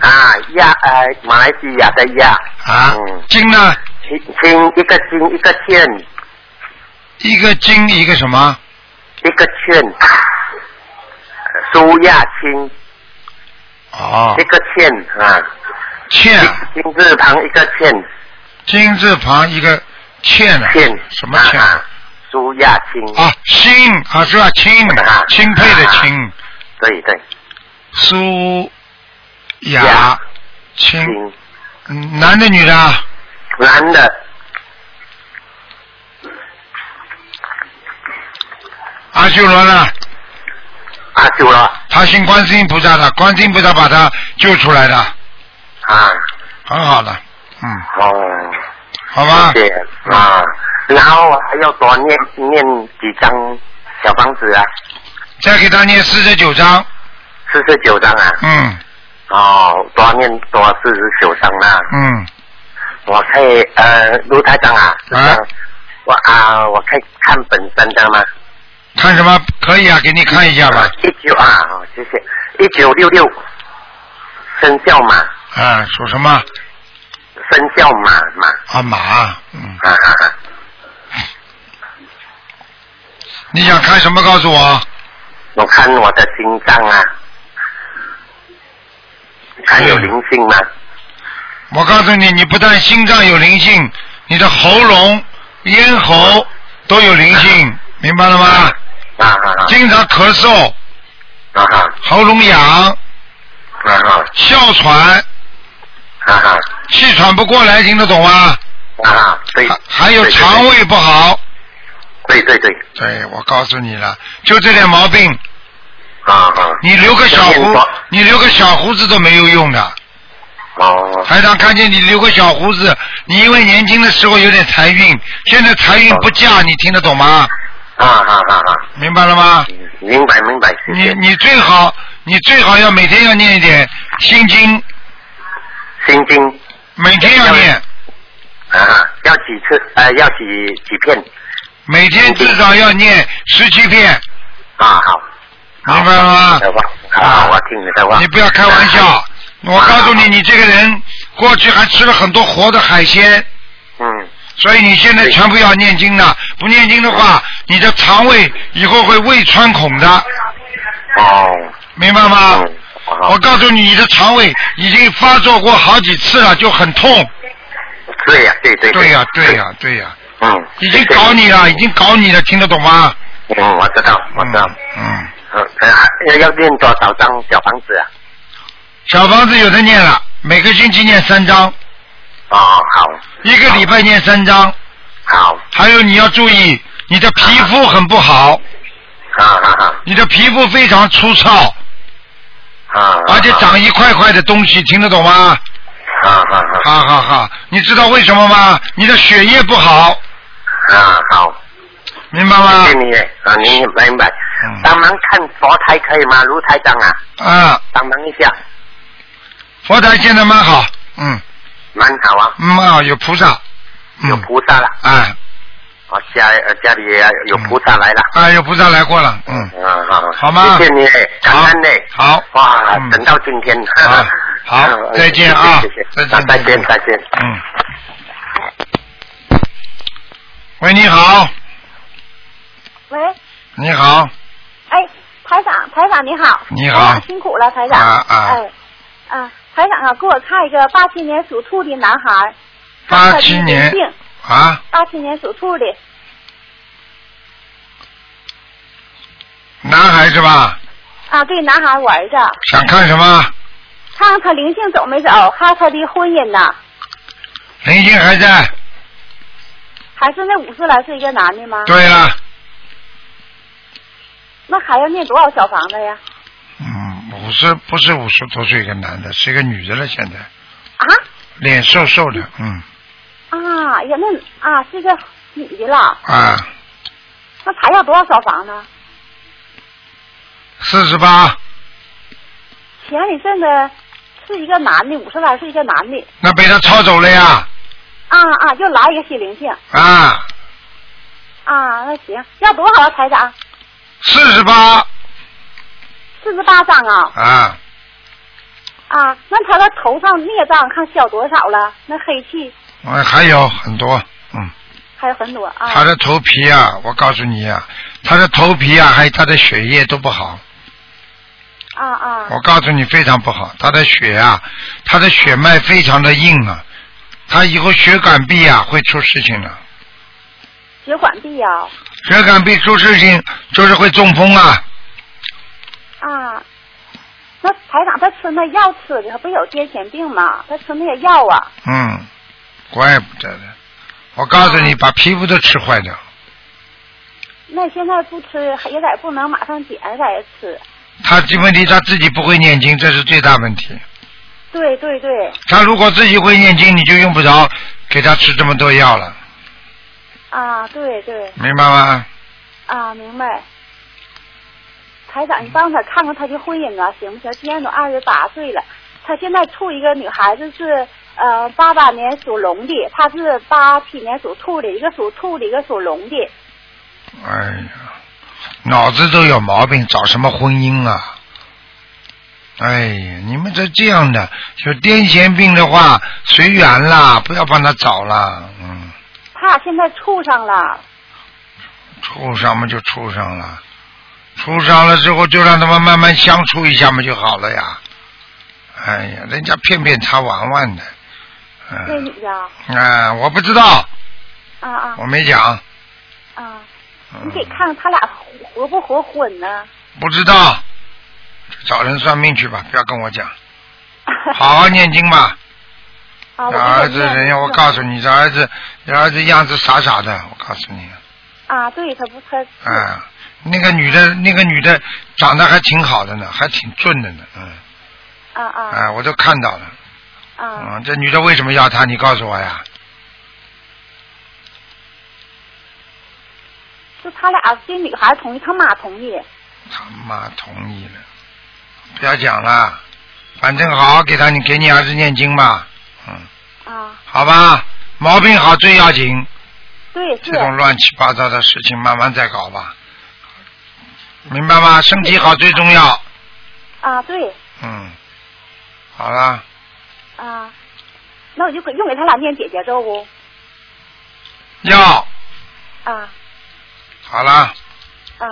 Speaker 4: 啊，亚呃，马来西亚的亚，
Speaker 1: 啊
Speaker 4: 嗯，
Speaker 1: 金呢？
Speaker 4: 金金一个金一个欠，
Speaker 1: 一个金一个什么？
Speaker 4: 一个欠，苏亚青
Speaker 1: 哦
Speaker 4: 一，个欠啊，
Speaker 1: 欠
Speaker 4: 金字旁一个欠
Speaker 1: 金字旁一个欠啊
Speaker 4: 欠，
Speaker 1: 什么欠
Speaker 4: 啊？啊苏亚青，
Speaker 1: 啊，亲啊是吧？亲
Speaker 4: 啊，
Speaker 1: 钦佩的钦，
Speaker 4: 对对，
Speaker 1: 苏雅
Speaker 4: 雅
Speaker 1: 钦，
Speaker 4: 金，
Speaker 1: 嗯男的女的啊？
Speaker 4: 男的
Speaker 1: 阿修罗呢？
Speaker 4: 阿修了
Speaker 1: 他信观世音菩萨的，观世音菩萨把他救出来的，
Speaker 4: 啊，
Speaker 1: 很好的，嗯，
Speaker 4: 哦，
Speaker 1: 好吧
Speaker 4: 谢，谢啊，然后还要多念念几张小房子啊，
Speaker 1: 再给他念四十九章，
Speaker 4: 四十九张啊，
Speaker 1: 嗯
Speaker 4: 哦，多念多四十九张啊。
Speaker 1: 嗯，
Speaker 4: 我可以呃，卢台长啊，
Speaker 1: 啊
Speaker 4: 呃我啊、我可以看本身的吗？
Speaker 1: 看什么可以啊？给你看一下吧，
Speaker 4: 一九啊，哦谢谢，一九六六，生肖马，
Speaker 1: 啊，属什么？
Speaker 4: 生肖马马
Speaker 1: 啊马，嗯，
Speaker 4: 啊啊啊！
Speaker 1: 你想看什么？告诉我，
Speaker 4: 我看我的心脏啊，看
Speaker 1: 嗯
Speaker 4: 有灵性吗？
Speaker 1: 我告诉你，你不但心脏有灵性，你的喉咙、咽喉都有灵性，明白了吗？
Speaker 4: 啊啊啊
Speaker 1: 经常咳嗽、
Speaker 4: 啊啊
Speaker 1: 喉咙痒、
Speaker 4: 啊啊
Speaker 1: 哮喘、
Speaker 4: 啊啊
Speaker 1: 气喘不过来，听得懂吗？
Speaker 4: 啊啊！对
Speaker 1: 还，还有
Speaker 4: 对对
Speaker 1: 肠胃不好。
Speaker 4: 对对对，
Speaker 1: 对，我告诉你了，就这点毛病，
Speaker 4: 啊啊！
Speaker 1: 你留个小
Speaker 4: 要念
Speaker 1: 胡
Speaker 4: 多，
Speaker 1: 你留个小胡子都没有用的。
Speaker 4: 哦
Speaker 1: 台长看见你留个小胡子，你因为年轻的时候有点财运，现在财运不佳，你听得懂吗？
Speaker 4: 啊啊啊啊！
Speaker 1: 明白了吗？
Speaker 4: 明白明白，谢
Speaker 1: 你
Speaker 4: 谢。
Speaker 1: 你最好，你最好要每天要念一点心经，
Speaker 4: 心经
Speaker 1: 每天要念，
Speaker 4: 啊，要几次？呃，要几几片？
Speaker 1: 每天至少要念十七遍，
Speaker 4: 啊，好。
Speaker 1: 明白了吗？
Speaker 4: 好吧，好，我听你啊的话。
Speaker 1: 啊你不要开玩笑，我告
Speaker 4: 啊
Speaker 1: 诉你，你这个人过去还吃了很多活的海鲜，
Speaker 4: 嗯，
Speaker 1: 所以你现在全部要念经的，不念经的
Speaker 4: 啊
Speaker 1: 话，你的肠胃以后会胃穿孔的，
Speaker 4: 哦，
Speaker 1: 明白吗？
Speaker 4: 嗯，好
Speaker 1: 我，告诉你，你的肠胃已经发作过好几次了，就很痛。
Speaker 4: 对呀，对对
Speaker 1: 对呀、对呀、，对呀、
Speaker 4: 嗯，
Speaker 1: 已经搞你了，已经搞你了，听得懂吗？
Speaker 4: 嗯，我知道，我知道
Speaker 1: 嗯。嗯，
Speaker 4: 嗯，呃，要念多少张小房子啊？
Speaker 1: 小房子有的念了，每个星期念三章，
Speaker 4: 哦，好，
Speaker 1: 一个礼拜念三章。
Speaker 4: 好，
Speaker 1: 还有你要注意，你的皮肤很不好，
Speaker 4: 啊啊
Speaker 1: 你的皮肤非常粗糙，
Speaker 4: 啊啊！
Speaker 1: 而且长一块块的东西，听得懂吗？
Speaker 4: 啊啊啊
Speaker 1: 哈哈哈！你知道为什么吗？你的血液不好，
Speaker 4: 啊，好，
Speaker 1: 明白
Speaker 4: 谢
Speaker 1: 吗？
Speaker 4: 谢你啊，你明白。帮忙看佛台可以吗？卢台长啊，
Speaker 1: 啊，
Speaker 4: 帮忙一下，
Speaker 1: 佛台现在蛮好，嗯，
Speaker 4: 蛮好啊，
Speaker 1: 蛮好，有菩萨，嗯
Speaker 4: 有菩萨了。
Speaker 1: 哎，
Speaker 4: 我家呃家里也有菩萨来了。
Speaker 1: 哎，有菩萨来过了，嗯，
Speaker 4: 嗯，好，
Speaker 1: 好吗
Speaker 4: 谢谢你，感
Speaker 1: 好
Speaker 4: 恩呢。，
Speaker 1: 好，
Speaker 4: 哇
Speaker 1: 嗯，
Speaker 4: 等到今天。
Speaker 1: 好好
Speaker 4: 嗯
Speaker 1: 再见啊
Speaker 4: 谢谢谢
Speaker 1: 再
Speaker 4: 谢
Speaker 1: 见
Speaker 4: 啊再见，再见。
Speaker 1: 嗯。喂，你好，
Speaker 9: 喂，
Speaker 1: 你好，
Speaker 9: 哎，台长，台长你好，
Speaker 1: 你好
Speaker 9: 台长辛苦了，台长，
Speaker 1: 啊啊
Speaker 9: 哎，啊，台长啊，给我看一个八七年属兔的男孩，看
Speaker 1: 八
Speaker 9: 看
Speaker 1: 七
Speaker 9: 他的
Speaker 1: 年
Speaker 9: 灵性
Speaker 1: 啊，
Speaker 9: 八七年属兔的，
Speaker 1: 男孩是吧？
Speaker 9: 啊，对，男孩我儿子，
Speaker 1: 想看什么？
Speaker 9: 看看他灵性走没走，看他的婚姻呢，
Speaker 1: 灵性还在。
Speaker 9: 还是那五十来岁一个男的吗？
Speaker 1: 对了，
Speaker 9: 那还要念多少小房子呀？
Speaker 1: 嗯，五十不是五十多岁一个男的，是一个女的了，现在
Speaker 9: 啊
Speaker 1: 脸瘦瘦的，嗯
Speaker 9: 啊呀，那啊是个女的了，
Speaker 1: 啊，
Speaker 9: 那还要多少小房呢？
Speaker 1: 四十八，
Speaker 9: 前一阵子是一个男的，五十来岁一个男的，
Speaker 1: 那被他抄走了呀，
Speaker 9: 啊啊，又来一个新灵性。
Speaker 1: 啊，
Speaker 9: 啊，那行，要多少啊，台长？
Speaker 1: 四十八
Speaker 9: 四十八张啊，
Speaker 1: 啊，
Speaker 9: 啊，那他的头上孽障看消多少了？那黑气
Speaker 1: 嗯，还有很多，嗯，
Speaker 9: 还有很多啊。
Speaker 1: 他的头皮啊，我告诉你啊，他的头皮啊，还有他的血液都不好，
Speaker 9: 啊啊
Speaker 1: 我告诉你非常不好，他的血啊，他的血脉非常的硬啊，他以后血管壁啊会出事情的、
Speaker 9: 血管壁啊
Speaker 1: 血管壁出事情就是会中风啊，
Speaker 9: 啊。那台长他吃那药吃的，他不有癫痫病吗？他吃那些药啊，
Speaker 1: 嗯，怪不得的，我告诉你，把皮肤都吃坏掉，
Speaker 9: 那现在不吃也得不能马上减再吃。
Speaker 1: 他这问题他自己不会念经，这是最大问题。
Speaker 9: 对对对，
Speaker 1: 他如果自己会念经，你就用不着给他吃这么多药了，
Speaker 9: 啊对对
Speaker 1: 明白吗？
Speaker 9: 啊明白。台长，你帮他看看他的婚姻啊，行不行？今年都二十八岁了，他现在处一个女孩子是呃八八年属龙的，他是八七年属兔的，一个属兔的，一个属龙的。
Speaker 1: 哎呀，脑子都有毛病，找什么婚姻啊？哎呀，你们这这样的，有癫痫病的话，随缘啦，不要帮他找啦，嗯，
Speaker 9: 他现在处上了，
Speaker 1: 处上嘛就处上了，处上了之后就让他们慢慢相处一下嘛就好了呀。哎呀，人家骗骗他玩玩的，
Speaker 9: 这
Speaker 1: 嗯、
Speaker 9: 女的啊
Speaker 1: 啊，我不知道，
Speaker 9: 啊啊
Speaker 1: 我没讲，
Speaker 9: 啊！
Speaker 1: 嗯
Speaker 9: 你给看看他俩活不活婚呢？
Speaker 1: 不知道，找人算命去吧，不要跟我讲，好好念经吧。
Speaker 9: 啊，我
Speaker 1: 这
Speaker 9: 就
Speaker 1: 儿子，
Speaker 9: 念
Speaker 1: 人家我告诉你，这儿子，这儿子样子傻傻的，我告诉你，
Speaker 9: 啊，对他不他
Speaker 1: 啊，那个女的，那个女的长得还挺好的呢，还挺俊的呢，嗯，
Speaker 9: 啊啊
Speaker 1: 啊，我都看到了，
Speaker 9: 啊
Speaker 1: 嗯，这女的为什么要他？你告诉我呀？
Speaker 9: 就他俩这女孩同意，他妈同意。
Speaker 1: 他妈同意了，不要讲了，反正好好给他，你给你儿子念经吧，嗯，
Speaker 9: 啊，
Speaker 1: 好吧，毛病好最要紧，
Speaker 9: 对是
Speaker 1: 这种乱七八糟的事情慢慢再搞吧，明白吗？身体好最重要，
Speaker 9: 啊对
Speaker 1: 嗯，好啦，
Speaker 9: 啊，那我就给用给他俩念姐姐咒不？
Speaker 1: 要
Speaker 9: 啊
Speaker 1: 好啦，
Speaker 9: 啊，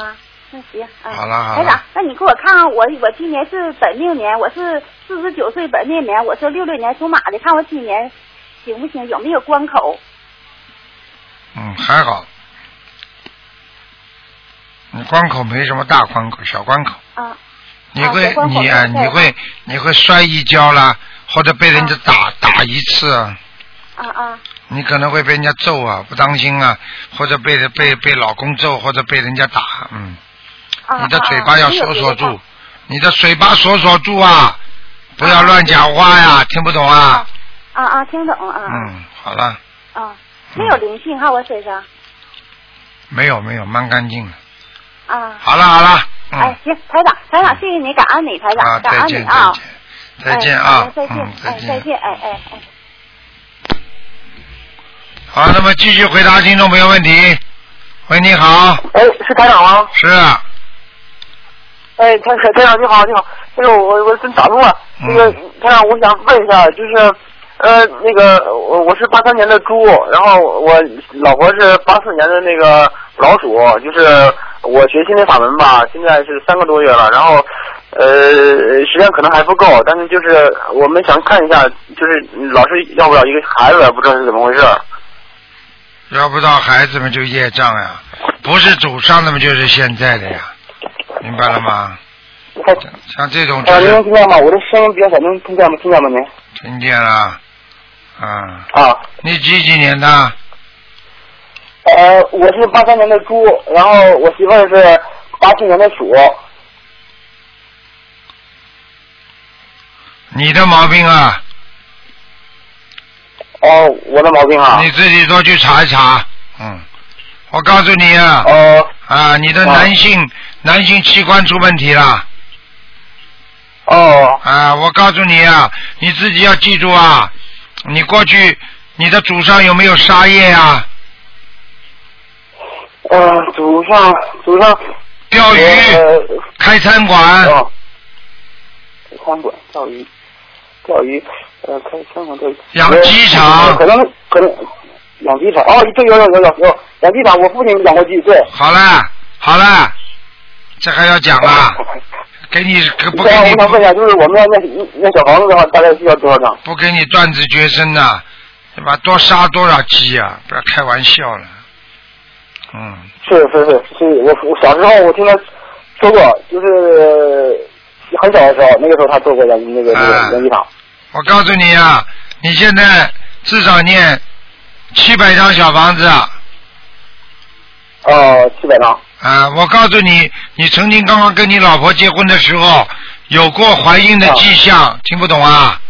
Speaker 9: 那行啊。
Speaker 1: 好了好了
Speaker 9: 台长，那你给我看看我我今年是本命年，我是四十九岁本命年，我是六六年属马的，看我今年行不行，有没有关口？
Speaker 1: 嗯，还好，你关口没什么大关口，小关口，
Speaker 9: 啊
Speaker 1: 你会、
Speaker 9: 小关口
Speaker 1: 你啊
Speaker 9: 对对
Speaker 1: 你会你会摔一跤啦，或者被人家打、打一次啊，
Speaker 9: 啊啊
Speaker 1: 你可能会被人家揍啊，不当心啊，或者被被被老公揍，或者被人家打，嗯，
Speaker 9: 啊！
Speaker 1: 你的
Speaker 9: 啊
Speaker 1: 嘴巴要
Speaker 9: 没有
Speaker 1: 锁
Speaker 9: 别
Speaker 1: 锁
Speaker 9: 的
Speaker 1: 住
Speaker 9: 吧，
Speaker 1: 你的嘴巴锁锁住啊，不要乱讲话呀，听不懂啊？
Speaker 9: 啊啊，听懂了啊
Speaker 1: 嗯，好了，
Speaker 9: 啊，没有灵性哈，我身上
Speaker 1: 没有没有，蛮干净的。
Speaker 9: 啊。
Speaker 1: 好了好了，嗯。
Speaker 9: 哎，行，台长，台长，谢谢你，感恩你，台
Speaker 1: 啊，
Speaker 9: 长，感
Speaker 1: 再
Speaker 9: 恩你
Speaker 1: 见，
Speaker 9: 啊
Speaker 1: 再。见，再见啊
Speaker 9: 哎，再见
Speaker 1: 嗯，，再
Speaker 9: 哎，再
Speaker 1: 见。
Speaker 9: 见，哎哎哎。
Speaker 1: 好，那么继续回答听众朋友问题。喂，你好，
Speaker 8: 哎，是台长吗？
Speaker 1: 是，啊
Speaker 8: 哎，台台长你好，你好，哎呦，我我真打通了。那个
Speaker 1: 嗯
Speaker 8: 台长，我想问一下，就是呃，那个我我是八三年的猪，然后我老婆是八四年的那个老鼠，就是我学心理法门吧，现在是三个多月了，然后呃时间可能还不够，但是就是我们想看一下，就是老是要不了一个孩子，不知道是怎么回事。
Speaker 1: 要不到孩子们就业障呀，不是祖上的嘛，就是现在的呀，明白了吗？
Speaker 8: 台
Speaker 1: 像这嗯种就
Speaker 8: 哎长，您能
Speaker 1: 是
Speaker 8: 听见吗？我的声音比较小，能听见吗？听见吗？您
Speaker 1: 听见了，啊，
Speaker 8: 啊。
Speaker 1: 你几几年的？
Speaker 8: 呃，我是八三年的猪，然后我媳妇儿是八七年的鼠。
Speaker 1: 你的毛病啊，
Speaker 8: 哦，我的毛病啊
Speaker 1: 你。自己多去查一查。嗯，我告诉你啊，
Speaker 8: 哦
Speaker 1: 啊，你的男性男性器官出问题了。
Speaker 8: 哦
Speaker 1: 啊，我告诉你啊，你自己要记住啊，你过去你的祖上有没有杀业啊？
Speaker 8: 呃，祖上祖上。
Speaker 1: 钓鱼、
Speaker 8: 呃
Speaker 1: 开餐馆，
Speaker 8: 哦。餐馆钓鱼。
Speaker 10: 钓鱼，呃，开香港钓鱼。
Speaker 1: 养鸡场
Speaker 10: 呃可能可能养鸡场哦，对，有有有有有养鸡场，我父亲养过鸡，对。
Speaker 1: 好啦，好啦，这还要讲啦？
Speaker 8: 哦
Speaker 1: 给你不给
Speaker 10: 对
Speaker 1: 你
Speaker 10: 我想问一下，就是我们要那那小房子的话，大概需要多少张？
Speaker 1: 不给你断子绝孙呐、对吧？多杀多少鸡啊！不要开玩笑了。嗯，
Speaker 10: 是是是是，我我小时候我听他说过，就是很小的时候，那个时候他做过养那个那
Speaker 1: 啊
Speaker 10: 个养鸡场。
Speaker 1: 我告诉你啊，你现在至少念七百张小房子啊！
Speaker 10: 哦，七百张。
Speaker 1: 啊，我告诉你，你曾经刚刚跟你老婆结婚的时候，有过怀孕的迹象，听不懂啊？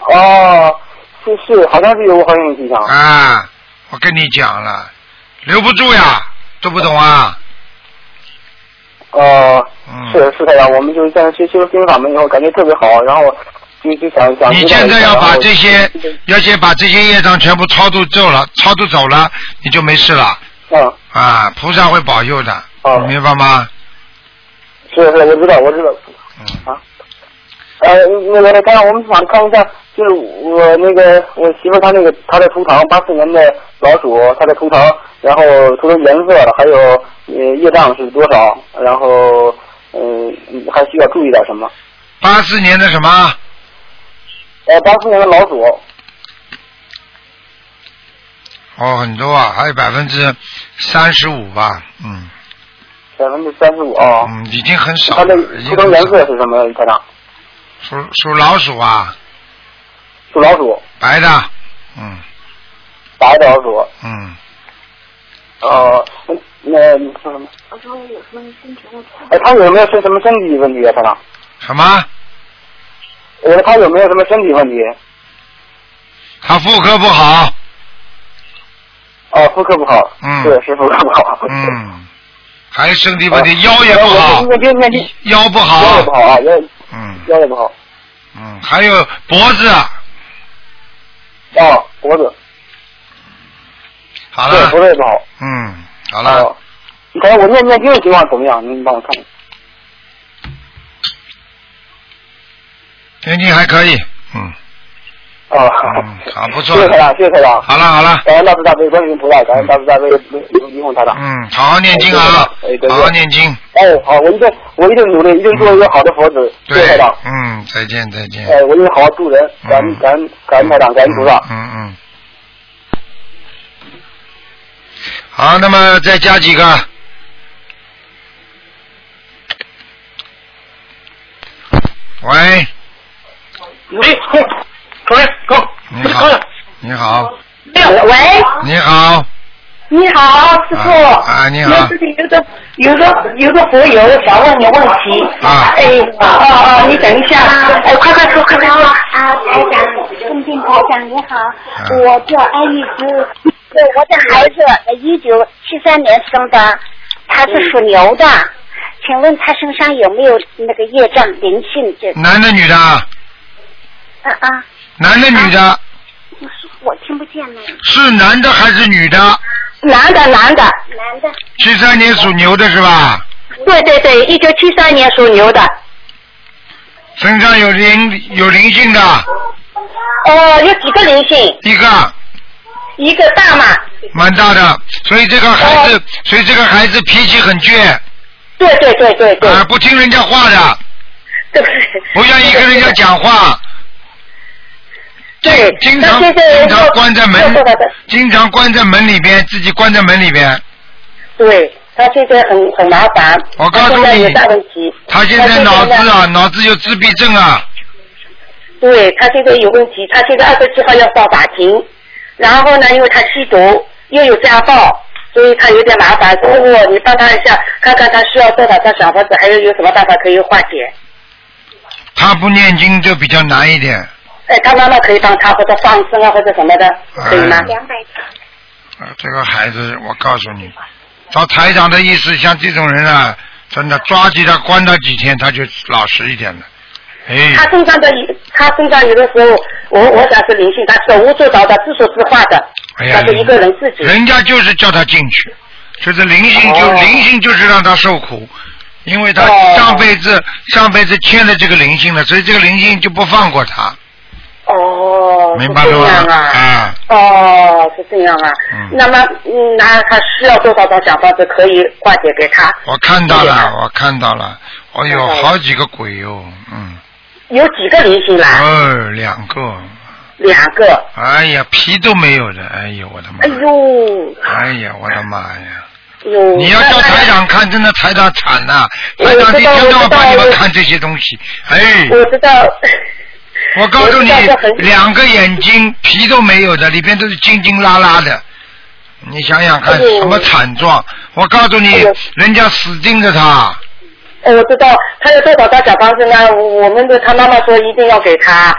Speaker 10: 哦，是是，好像是有好像有迹象。
Speaker 1: 啊，我跟你讲了，留不住呀，都不懂啊？
Speaker 10: 哦，
Speaker 1: 嗯，
Speaker 10: 是是这样，我们就是现在学修心法门以后，感觉特别好，然后就就想想。
Speaker 1: 你现在要把这些，要先把这些业障全部超度走了，超度走了，你就没事了
Speaker 10: 嗯，
Speaker 1: 啊！菩萨会保佑的，你明白吗？
Speaker 10: 是是，我知道，我知道。嗯。啊。呃，那个，刚才我们想看一下，就是我那个我媳妇她那个她的图腾，八四年的老鼠，她的图腾，然后图腾颜色，还有呃业障是多少，然后嗯、呃、还需要注意点什么？
Speaker 1: 八四年的什么？
Speaker 10: 呃，八四年的老鼠，
Speaker 1: 哦，很多啊，还有百分之三十五吧，嗯
Speaker 10: 百分之三十五啊。
Speaker 1: 嗯，已经很少
Speaker 10: 她的
Speaker 1: 了，已经
Speaker 10: 图腾
Speaker 1: 很
Speaker 10: 颜
Speaker 1: 少
Speaker 10: 色是什么？台长，
Speaker 1: 属属老鼠啊，
Speaker 10: 属老鼠，
Speaker 1: 白的，嗯
Speaker 10: 白的老鼠。
Speaker 1: 嗯，
Speaker 10: 哦，那你说什么？
Speaker 3: 我说有什么身体问题？
Speaker 10: 哎，他有没有是什么身体问题啊，团长？
Speaker 1: 什么？
Speaker 10: 我说他有没有什么身体问题？
Speaker 1: 他妇科不好，
Speaker 10: 哦，妇科不好，
Speaker 1: 嗯
Speaker 10: 是是妇科不好，
Speaker 1: 嗯，还有身体问题，
Speaker 10: 哦
Speaker 1: 腰也不好，
Speaker 10: 我今天天
Speaker 1: 腰不
Speaker 10: 腰也
Speaker 1: 好
Speaker 10: 不，好啊，腰
Speaker 1: 嗯
Speaker 10: 腰也不好，
Speaker 1: 嗯，还有脖子，
Speaker 10: 哦，脖子，
Speaker 1: 好
Speaker 10: 对，
Speaker 1: 了，
Speaker 10: 脖子也不好，
Speaker 1: 嗯，好
Speaker 10: 哦
Speaker 1: 了，，
Speaker 10: 你看我念念经的情况怎么样？您帮我看一下。
Speaker 1: 天津还可以，嗯
Speaker 10: 哦，
Speaker 1: 嗯，好，不
Speaker 10: 谢
Speaker 1: 错
Speaker 10: 谢，台长，谢谢台长，
Speaker 1: 好了好了，
Speaker 10: 感恩大慈大悲观世音菩萨，感恩大慈大悲灵魂台长。
Speaker 1: 嗯，好好念经啊
Speaker 10: 哎对对，对
Speaker 1: 好好念经，
Speaker 10: 哎，好，我一定我一定努力，一定做一个好的佛子。谢谢台
Speaker 1: 对
Speaker 10: 长，，
Speaker 1: 嗯，再见再见，
Speaker 10: 哎，我一定好好助人，感恩
Speaker 1: 嗯
Speaker 10: 感恩感恩台长，感恩菩萨。
Speaker 1: 嗯嗯。好，那么再加几个。喂，
Speaker 11: 喂，嘿各位，各 位，
Speaker 1: 你好，你好，
Speaker 11: 喂，
Speaker 1: 你好，
Speaker 11: 你好，师傅。
Speaker 1: 啊啊你好
Speaker 11: 就是有个有个有个佛友想问你问题。
Speaker 1: 啊
Speaker 11: 哎，哦哦，你等一下，哎，快快说，快快说。
Speaker 3: 啊，台长，尊敬台长你好，
Speaker 1: 啊
Speaker 3: 我叫安玉芝，对，我的孩子一九七三年生的，他是属牛的，请问他身上有没有那个业障灵性？这
Speaker 1: 男的女的啊？
Speaker 3: 啊啊，
Speaker 1: 男的女的？
Speaker 3: 不是我听不见呢。
Speaker 1: 是男的还是女的？
Speaker 3: 男的，男的。男的，
Speaker 1: 七三年属牛的是吧？
Speaker 3: 对对对，一九七三年属牛的。
Speaker 1: 身上有灵有灵性的，
Speaker 3: 哦，有几个灵性？
Speaker 1: 一个
Speaker 3: 一个大嘛，呃
Speaker 1: 蛮大的，所以这个孩子，所以这个孩子脾气很倔，
Speaker 3: 对对对对对，
Speaker 1: 啊，不听人家话的，
Speaker 3: 对不
Speaker 1: 不愿意跟人家讲话，
Speaker 3: 对，
Speaker 1: 经
Speaker 3: 那
Speaker 1: 常
Speaker 3: 现在
Speaker 1: 经常
Speaker 3: 要
Speaker 1: 关在门
Speaker 3: 要做到的，
Speaker 1: 经常关在门里边，自己关在门里边。
Speaker 3: 对他现在很很麻烦，
Speaker 1: 我告诉
Speaker 3: 他现在有
Speaker 1: 你
Speaker 3: 大问题，
Speaker 1: 他现在脑子啊，脑子有自闭症啊，
Speaker 3: 对他现在有问题，他现在二十七号要报法庭，然后呢，因为他吸毒又有家暴，所以他有点麻烦。师傅，你帮他一下，看看他需要多少张小房子，还有有什么办法可以化解？
Speaker 1: 他不念经就比较难一点。
Speaker 3: 哎，他妈妈可以帮他，或者放生啊，或者什么的，可以吗
Speaker 1: 哎？两
Speaker 3: 百
Speaker 1: 啊，这个孩子，我告诉你，照台长的意思，像这种人啊，真的抓起他关他几天，他就老实一点了。哎，
Speaker 3: 他身上的有，他身上有的时候，我我想是灵性，他手舞足蹈的，自说自话的，
Speaker 1: 哎呀
Speaker 3: 他是一个人自己。
Speaker 1: 人家就是叫他进去，就是灵性就
Speaker 3: 哦
Speaker 1: 灵性就是让他受苦，因为他上辈子上辈子欠了这个灵性了，所以这个灵性就不放过他，
Speaker 3: 哦，
Speaker 1: 明
Speaker 3: 是
Speaker 1: 白
Speaker 3: 这
Speaker 1: 了吗？
Speaker 3: 样啊，
Speaker 1: 啊，
Speaker 3: 哦，是这样啊。那么，嗯那他需要多少张小房子可以化解给他？
Speaker 1: 我看到
Speaker 3: 啊
Speaker 1: 了，我看到了，哎呦，好几个鬼哟、嗯，
Speaker 3: 有几嗯个灵性啦？
Speaker 1: 哦，两个，
Speaker 3: 两个。
Speaker 1: 哎呀，皮都没有的，哎呦，我的妈，
Speaker 3: 哎呦，
Speaker 1: 哎呀，我的妈呀！
Speaker 3: 哎呦，
Speaker 1: 你要叫台长看，真的台长惨呐、台长一天到晚帮你们看这些东西，哎。
Speaker 3: 我知道。
Speaker 1: 我告诉你
Speaker 3: 我知道这很，
Speaker 1: 两个眼睛皮都没有的，里边都是筋筋拉拉的。你想想看，
Speaker 3: 哎呦
Speaker 1: 什么惨状！我告诉你
Speaker 3: 哎呦，
Speaker 1: 人家死盯着他，
Speaker 3: 哎我知道他要多少张小房子呢？我我们的他妈妈说一定要给他，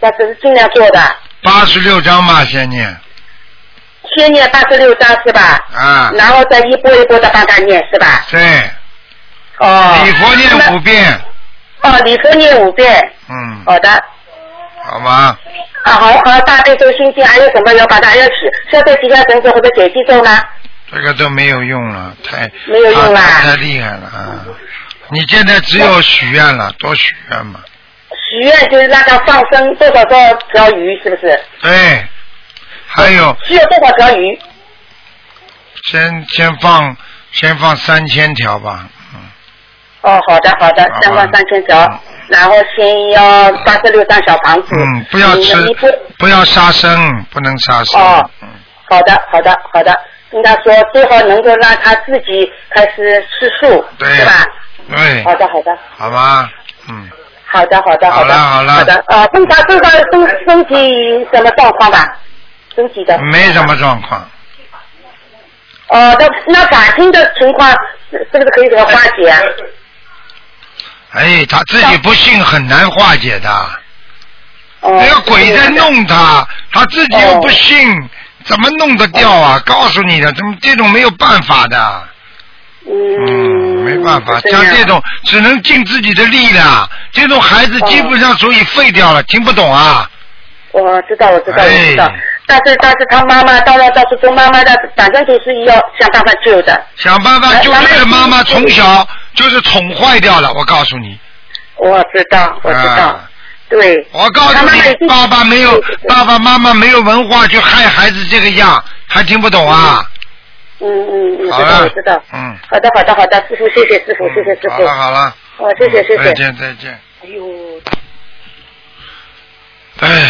Speaker 3: 那只是尽量做的，
Speaker 1: 八十六章嘛，先念
Speaker 3: 先念八十六张是吧？
Speaker 1: 啊，
Speaker 3: 然后再一波一波的帮他念是吧？
Speaker 1: 对，
Speaker 3: 哦。
Speaker 1: 礼佛念五遍，
Speaker 3: 哦，礼佛念五遍，
Speaker 1: 嗯，
Speaker 3: 好的。
Speaker 1: 好吗？
Speaker 3: 啊，好，好，大悲咒心经还有什么要把它要取？消灾吉祥神咒或者解气咒呢？
Speaker 1: 这个都没有用了，太
Speaker 3: 没有用啦
Speaker 1: 太太厉害了啊！你现在只有许愿了，多许愿嘛。
Speaker 3: 许愿就是让他放生多少多少条鱼，是不是？
Speaker 1: 对，还有
Speaker 3: 需要多少条鱼？
Speaker 1: 先先放先放三千条吧，
Speaker 3: 哦，好的好的，三万三千条，然后先要八十六张小房子。
Speaker 1: 嗯，不要吃
Speaker 3: 你不
Speaker 1: 不要杀生，不嗯能杀生。
Speaker 3: 哦，好的好的好的，跟他说最好能够让他自己开始吃素，
Speaker 1: 对
Speaker 3: 是吧？
Speaker 1: 对，
Speaker 3: 好的好的
Speaker 1: 哎好吧，嗯，
Speaker 3: 好的好的
Speaker 1: 好
Speaker 3: 的
Speaker 1: 了好了
Speaker 3: 好的，呃，问他身上身身体什么状况吧？身体的
Speaker 1: 没什么状况，
Speaker 3: 哦，那那感情的情况是是不是可以给他化解啊？
Speaker 1: 哎，他自己不信很难化解的，
Speaker 3: 哦
Speaker 1: 那个鬼在弄他，他自己又不
Speaker 3: 哦
Speaker 1: 信，怎么弄得掉啊？告诉你的，怎么这种没有办法的。嗯，没办法，
Speaker 3: 这
Speaker 1: 像
Speaker 3: 样
Speaker 1: 这种只能尽自己的力了。这种孩
Speaker 3: 哦
Speaker 1: 子基本上属于废掉了，听不懂啊。
Speaker 3: 我哦知道，我知道，我知道
Speaker 1: 哎。
Speaker 3: 但是，但是他妈妈到了到处做妈妈的，反正就是要想办法救的。
Speaker 1: 想办法救这个妈妈，从小就是宠坏掉了。我告诉你，
Speaker 3: 我知道，我知道，
Speaker 1: 啊，
Speaker 3: 对。
Speaker 1: 我告诉
Speaker 3: 他妈妈已
Speaker 1: 你，
Speaker 3: 经
Speaker 1: 爸爸没有爸爸妈妈没有文化，就害孩子这个样，还听不懂啊？
Speaker 3: 嗯嗯嗯，我
Speaker 1: 好
Speaker 3: 知道，我
Speaker 1: 了
Speaker 3: 知道。，
Speaker 1: 嗯，
Speaker 3: 好的，好的，好的，师傅，谢谢师傅，谢谢师
Speaker 1: 好
Speaker 3: 傅。
Speaker 1: 了好了，
Speaker 3: 哦，谢谢，谢
Speaker 1: 再
Speaker 3: 谢。
Speaker 1: 见再见。
Speaker 3: 哎呦，
Speaker 1: 哎，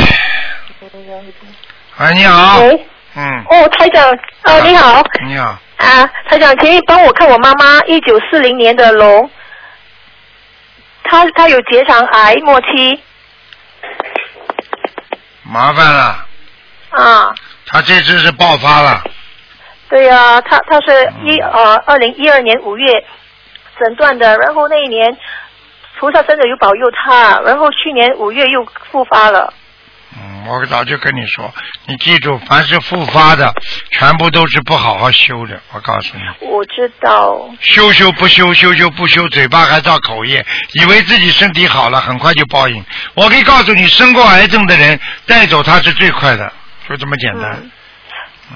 Speaker 1: 喂，你好，
Speaker 12: 喂，
Speaker 1: 嗯，
Speaker 12: 哦，台长，哦，你好，
Speaker 1: 你好，
Speaker 12: 啊，台长，请你帮我看我妈妈，一九四零年的龙，她她有结肠癌末期
Speaker 1: 麻烦了，
Speaker 12: 啊，
Speaker 1: 他这次是爆发了，
Speaker 12: 对呀、她她是一呃二零一二年五月诊断的，然后那一年菩萨真的有保佑她，然后去年五月又复发了，
Speaker 1: 嗯，我早就跟你说，你记住，凡是复发的，全部都是不好好修的，我告诉你。
Speaker 12: 我知道，
Speaker 1: 修修不修，修修不修，嘴巴还造口业，以为自己身体好了，很快就报应。我可以告诉你，生过癌症的人带走他是最快的，就这么简单。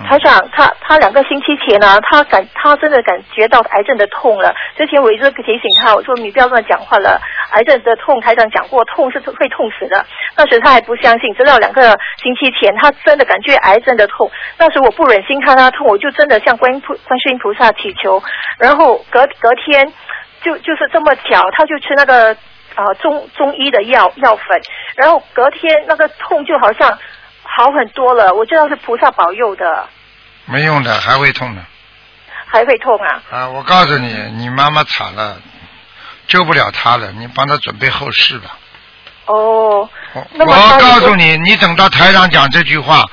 Speaker 12: 台长，他他两个星期前呢、他感他真的感觉到癌症的痛了。之前我一直提醒他，我说你不要乱讲话了，癌症的痛，台长讲过，痛是会痛死的。那时他还不相信，直到两个星期前，他真的感觉癌症的痛。那时我不忍心看他痛，我就真的向观音菩观世音菩萨祈求。然后隔隔天，就就是这么巧，他就吃那个呃中中医的药药粉，然后隔天那个痛就好像好很多了。我知道是菩萨保佑的，
Speaker 1: 没用的，还会痛的
Speaker 12: 还会痛啊。
Speaker 1: 啊！我告诉你，你妈妈惨了，救不了她了，你帮她准备后事吧。
Speaker 12: 哦，
Speaker 1: 我
Speaker 12: 那么
Speaker 1: 我
Speaker 12: 她
Speaker 1: 告诉你，你等到台上讲这句话，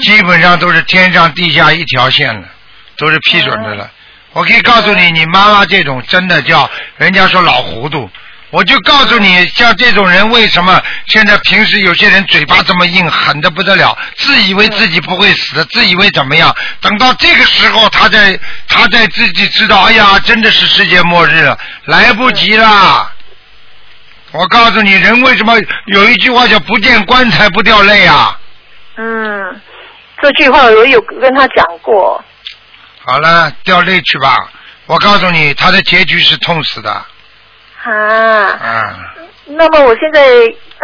Speaker 1: 基本上都是天上地下一条线了，都是批准的
Speaker 12: 嗯
Speaker 1: 了。我可以告诉你，你妈妈这种真的叫人家说老糊涂。我就告诉你，像这种人为什么现在平时有些人嘴巴这么硬，狠的不得了，自以为自己不会死，自以为怎么样？等到这个时候，他在他在自己知道，哎呀，真的是世界末日了，来不及啦。我告诉你，人为什么有一句话叫“不见棺材不掉泪”啊？
Speaker 12: 嗯，这句话我有跟他讲过。
Speaker 1: 好了，掉泪去吧。我告诉你，他的结局是痛死的。
Speaker 12: 啊，
Speaker 1: 啊，
Speaker 12: 那么我现在，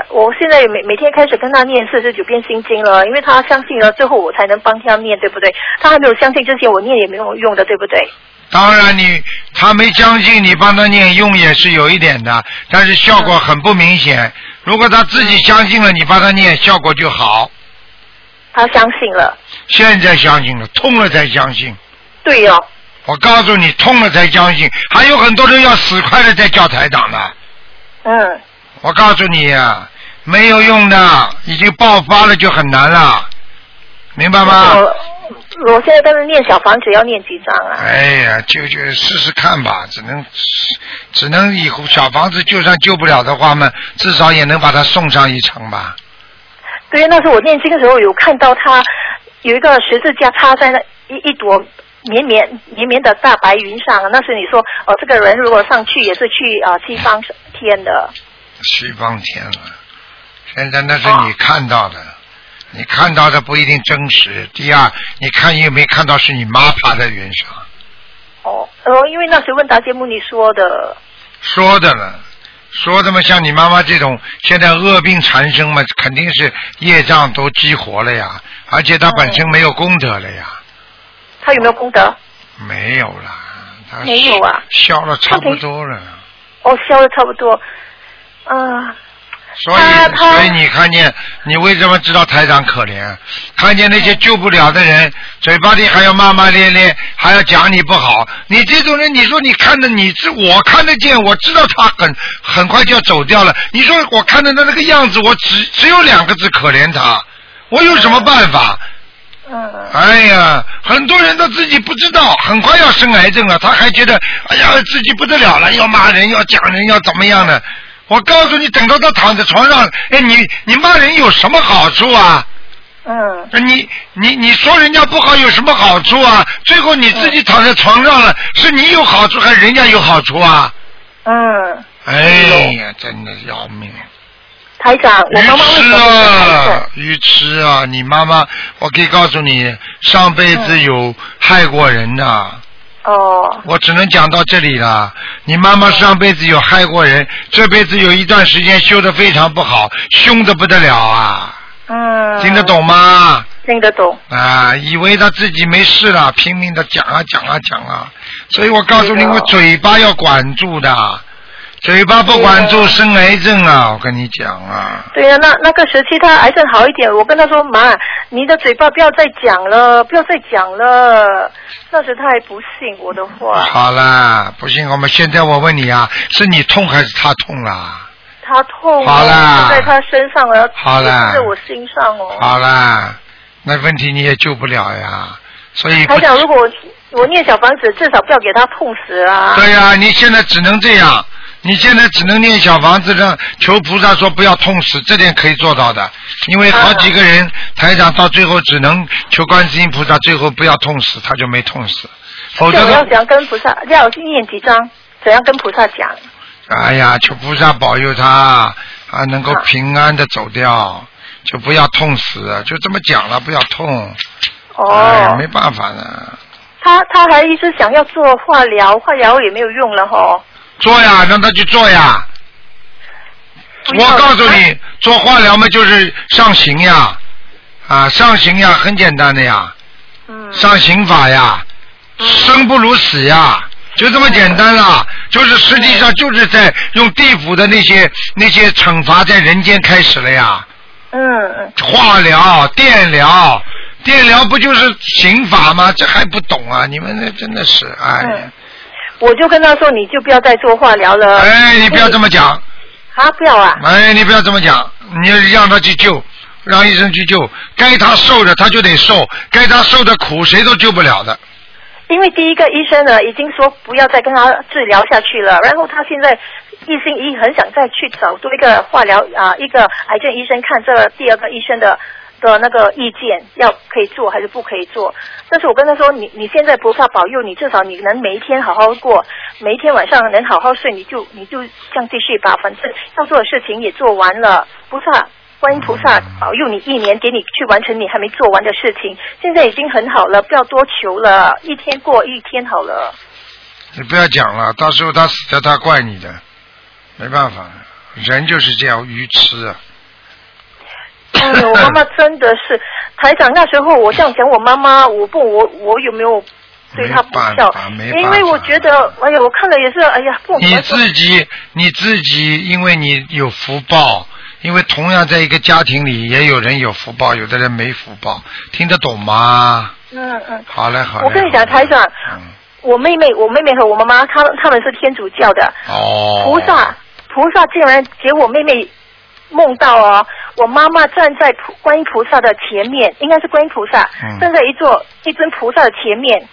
Speaker 12: 我现在每每天开始跟他念四十九遍心经了，因为他相信了，最后我才能帮他念，对不对？他还没有相信之前，我念也没有用的，对不对？
Speaker 1: 当然你他没相信你帮他念用也是有一点的，但是效果很不明显。如果他自己相信了，你帮他念效果就好。
Speaker 12: 他相信了，
Speaker 1: 现在相信了，痛了才相信。
Speaker 12: 对哦，
Speaker 1: 我告诉你，痛了才相信，还有很多人要死快了再叫台长呢。
Speaker 12: 嗯，
Speaker 1: 我告诉你啊，没有用的，已经爆发了就很难了，明白吗？
Speaker 12: 我我现在跟他念小房子要念几张啊？
Speaker 1: 哎呀，就就试试看吧，只能只能以后小房子就算救不了的话嘛，至少也能把它送上一程吧。
Speaker 12: 对，那时候我念经的时候有看到他有一个十字架插在那一一朵绵绵绵绵的大白云上，那时你说哦，这个人如果上去也是去啊、呃西方天的，
Speaker 1: 西方天了，现在那是你看到
Speaker 12: 啊
Speaker 1: 的，你看到的不一定真实。第二，你看有没看到是你妈爬在云上
Speaker 12: 哦，因为那时问答节目你说的，
Speaker 1: 说的了。说的嘛，像你妈妈这种现在恶病缠身嘛，肯定是业障都激活了呀，而且她本身没有功德了呀，
Speaker 12: 他有没有功德？
Speaker 1: 没有啦，她
Speaker 12: 没有啊
Speaker 1: 消了差不多了。
Speaker 12: 哦，消的差不多，啊、
Speaker 1: 所以，所以你看见，你为什么知道台长可怜？看见那些救不了的人，嘴巴里还要骂骂咧咧，还要讲你不好。你这种人，你说你看着你这，我看得见，我知道他很很快就要走掉了。你说我看着他那个样子，我只只有两个字可怜他，我有什么办法？
Speaker 12: 嗯。
Speaker 1: 哎呀，很多人都自己不知道，很快要生癌症了，他还觉得哎呀自己不得了了，要骂人，要讲人，要怎么样呢？我告诉你，等到他躺在床上，哎，你你骂人有什么好处啊？
Speaker 12: 嗯。
Speaker 1: 你你你说人家不好有什么好处啊？最后你自己躺在床上了，是你有好处还是人家有好处啊？
Speaker 12: 嗯，
Speaker 1: 哎呀，真的要命！
Speaker 12: 台长，啊我妈妈为
Speaker 1: 是
Speaker 12: 什么会有癌症
Speaker 1: 啊，愚痴啊！你妈妈，我可以告诉你，上辈子有害过人呐、
Speaker 12: 哦，
Speaker 1: 我只能讲到这里了。你妈妈上辈子有害过人，这辈子有一段时间修的非常不好，凶的不得了啊！
Speaker 12: 嗯，
Speaker 1: 听得懂吗？
Speaker 12: 听得懂。
Speaker 1: 啊，以为她自己没事了，拼命的讲啊讲啊讲啊。所以我告诉你，我嘴巴要管住的，嘴巴不管住生癌症啊！我跟你讲啊，
Speaker 12: 对呀、那那个时期他癌症好一点，我跟他说妈，你的嘴巴不要再讲了，不要再讲了。那时他还不信我的话，
Speaker 1: 好啦，不信我们现在我问你啊，是你痛还是他痛啦？
Speaker 12: 他痛
Speaker 1: 好啦
Speaker 12: 了，在他身上了，
Speaker 1: 好啦
Speaker 12: 在我心上哦。
Speaker 1: 好啦，那问题你也救不了呀，所以不
Speaker 12: 台长，如果我我念小房子，至少不要给他痛死啊。
Speaker 1: 对呀、你现在只能这样，你现在只能念小房子让求菩萨说不要痛死，这点可以做到的，因为好几个人、台长到最后只能求观世音菩萨，最后不要痛死，他就没痛死，否
Speaker 12: 这
Speaker 1: 则
Speaker 12: 样我要
Speaker 1: 的
Speaker 12: 怎样跟菩萨？要念几张？怎样跟菩萨讲？
Speaker 1: 哎呀，求菩萨保佑他啊能够平安的走掉，就不要痛死，就这么讲了，不要痛，哎呀，
Speaker 12: 哦，
Speaker 1: 没办法的。
Speaker 12: 他他还一直想要做化疗，化疗也没有用了吼。
Speaker 1: 做呀，让他去做呀。我告诉你，做化疗嘛就是上行呀，啊，上行呀，很简单的呀，上刑法呀，生不如死呀，就这么简单啦。就是实际上就是在用地府的那些那些惩罚在人间开始了呀。
Speaker 12: 嗯。
Speaker 1: 化疗、电疗，电疗不就是刑法吗？这还不懂啊？你们这真的是，哎呀，
Speaker 12: 我就跟他说，你就不要再做化疗了。
Speaker 1: 哎，你不要这么讲。
Speaker 12: 啊，不要啊。
Speaker 1: 哎，你不要这么讲，你让他去救，让医生去救，该他受的他就得受，该他受的苦谁都救不了的。
Speaker 12: 因为第一个医生呢已经说不要再跟他治疗下去了，然后他现在一心一意很想再去找做一个化疗啊、一个癌症医生看这第二个医生的的那个意见，要可以做还是不可以做。但是我跟他说，你你现在菩萨保佑你，至少你能每一天好好过，每一天晚上能好好睡，你就你就这样继续吧，反正要做的事情也做完了，菩萨。观音菩萨保佑你一年，给你去完成你还没做完的 事情。现在已经很好了，不要多求了，一天过一天好了。
Speaker 1: 你不要讲了，到时候他死掉他怪你的，没办法，人就是这样愚痴啊。
Speaker 12: 哎呦，我妈妈真的是台长。那时候我这样讲我妈妈，我不我我有没有对她不孝
Speaker 1: 没办法没？办法
Speaker 12: 因为我觉得，哎呀，我看了也是，哎呀，不
Speaker 1: 你自己你自己，因为你有福报，因为同样在一个家庭里，也有人有福报，有的人没福报，听得懂吗？
Speaker 12: 嗯嗯。
Speaker 1: 好嘞，好嘞。
Speaker 12: 我跟你讲，台长，嗯
Speaker 1: 嗯
Speaker 12: 我妹妹，我妹妹和我妈妈，她们她们是天主教的，
Speaker 1: 哦。
Speaker 12: 菩萨菩萨竟然给我妹妹梦到啊，我妈妈站在普观音菩萨的前面，应该是观音菩萨、
Speaker 1: 嗯
Speaker 12: 站在一座一尊菩萨的前面，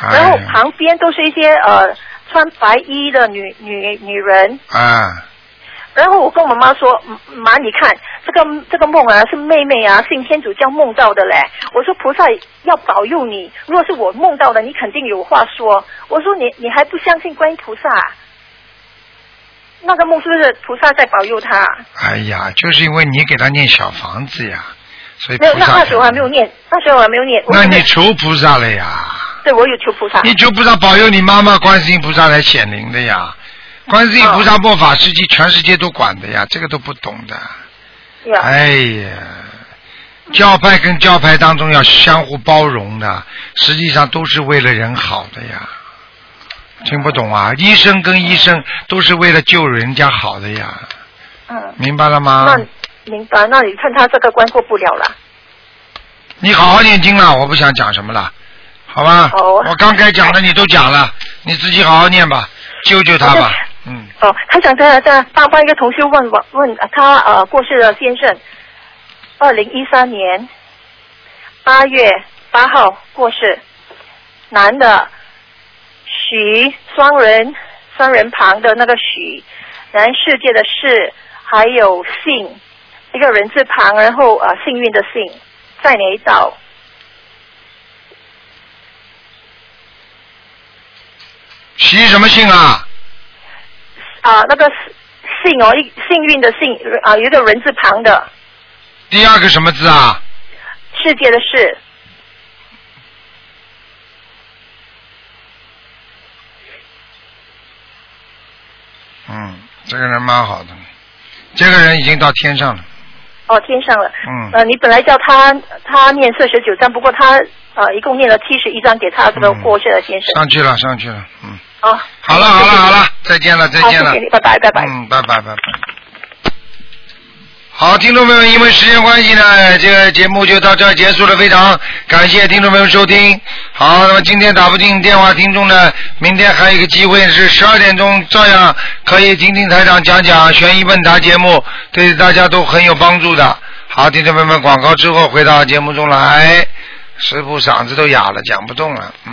Speaker 1: 哎
Speaker 12: 然后旁边都是一些呃穿白衣的女女女人，
Speaker 1: 啊，
Speaker 12: 然后我跟我妈说，嗯妈你看这个这个梦啊是妹妹啊信天主教梦到的嘞，我说菩萨要保佑你，如果是我梦到的，你肯定有话说，我说你你还不相信观音菩萨啊、那个梦是不是菩萨在保佑他啊？
Speaker 1: 哎呀，就是因为你给他念小房子呀，所以
Speaker 12: 没有，
Speaker 1: 菩
Speaker 12: 那
Speaker 1: 萨
Speaker 12: 那时候还没有念，那时候还没有念。我
Speaker 1: 那
Speaker 12: 真的
Speaker 1: 你求菩萨了呀，
Speaker 12: 对我有求菩萨。
Speaker 1: 你求菩萨保佑你妈妈观世音菩萨来显灵的呀，观世音菩萨末法时期全世界都管的呀，这个都不懂的。
Speaker 12: 对啊
Speaker 1: 哎呀，教派跟教派当中要相互包容的，实际上都是为了人好的呀。听不懂啊？医生跟医生都是为了救人家好的呀，
Speaker 12: 嗯，
Speaker 1: 明白了吗？
Speaker 12: 那明白。那你看他这个关过不了了。
Speaker 1: 你好好念经啦，我不想讲什么了，好吧？我刚该讲的你都讲了，你自己好好念吧，救救他吧。嗯，
Speaker 12: 哦，他想在在帮帮一个同事问问问呃他呃过世的先生，二零一三年八月八号过世，男的，许双人双人旁的那个许，然世界的世，还有幸，一个人字旁，然后呃幸运的幸，在哪一道？
Speaker 1: 习什么姓啊？
Speaker 12: 啊、那个幸哦，一幸运的幸啊、有一个人字旁的
Speaker 1: 第二个什么字啊？
Speaker 12: 世界的世。
Speaker 1: 嗯，这个人蛮好的，这个人已经到天上了。
Speaker 12: 哦，天上了。
Speaker 1: 嗯
Speaker 12: 呃，你本来叫他他念四十九章，不过他呃一共念了七十一章给他这个过世的先生。
Speaker 1: 嗯上去了，上去了。嗯，
Speaker 12: 哦，
Speaker 1: 好了，好了，好了，再见了，再见了
Speaker 12: 好谢谢你，拜拜，拜拜。
Speaker 1: 嗯，拜拜，拜拜。好，听众朋友们，因为时间关系呢，这个节目就到这儿结束了。非常感谢听众朋友们收听。好，那么今天打不进电话听众呢，明天还有一个机会是十二点钟，照样可以听听台长讲讲悬疑问答节目，对大家都很有帮助的。好，听众朋友们，广告之后回到节目中来，师傅嗓子都哑了，讲不动了。嗯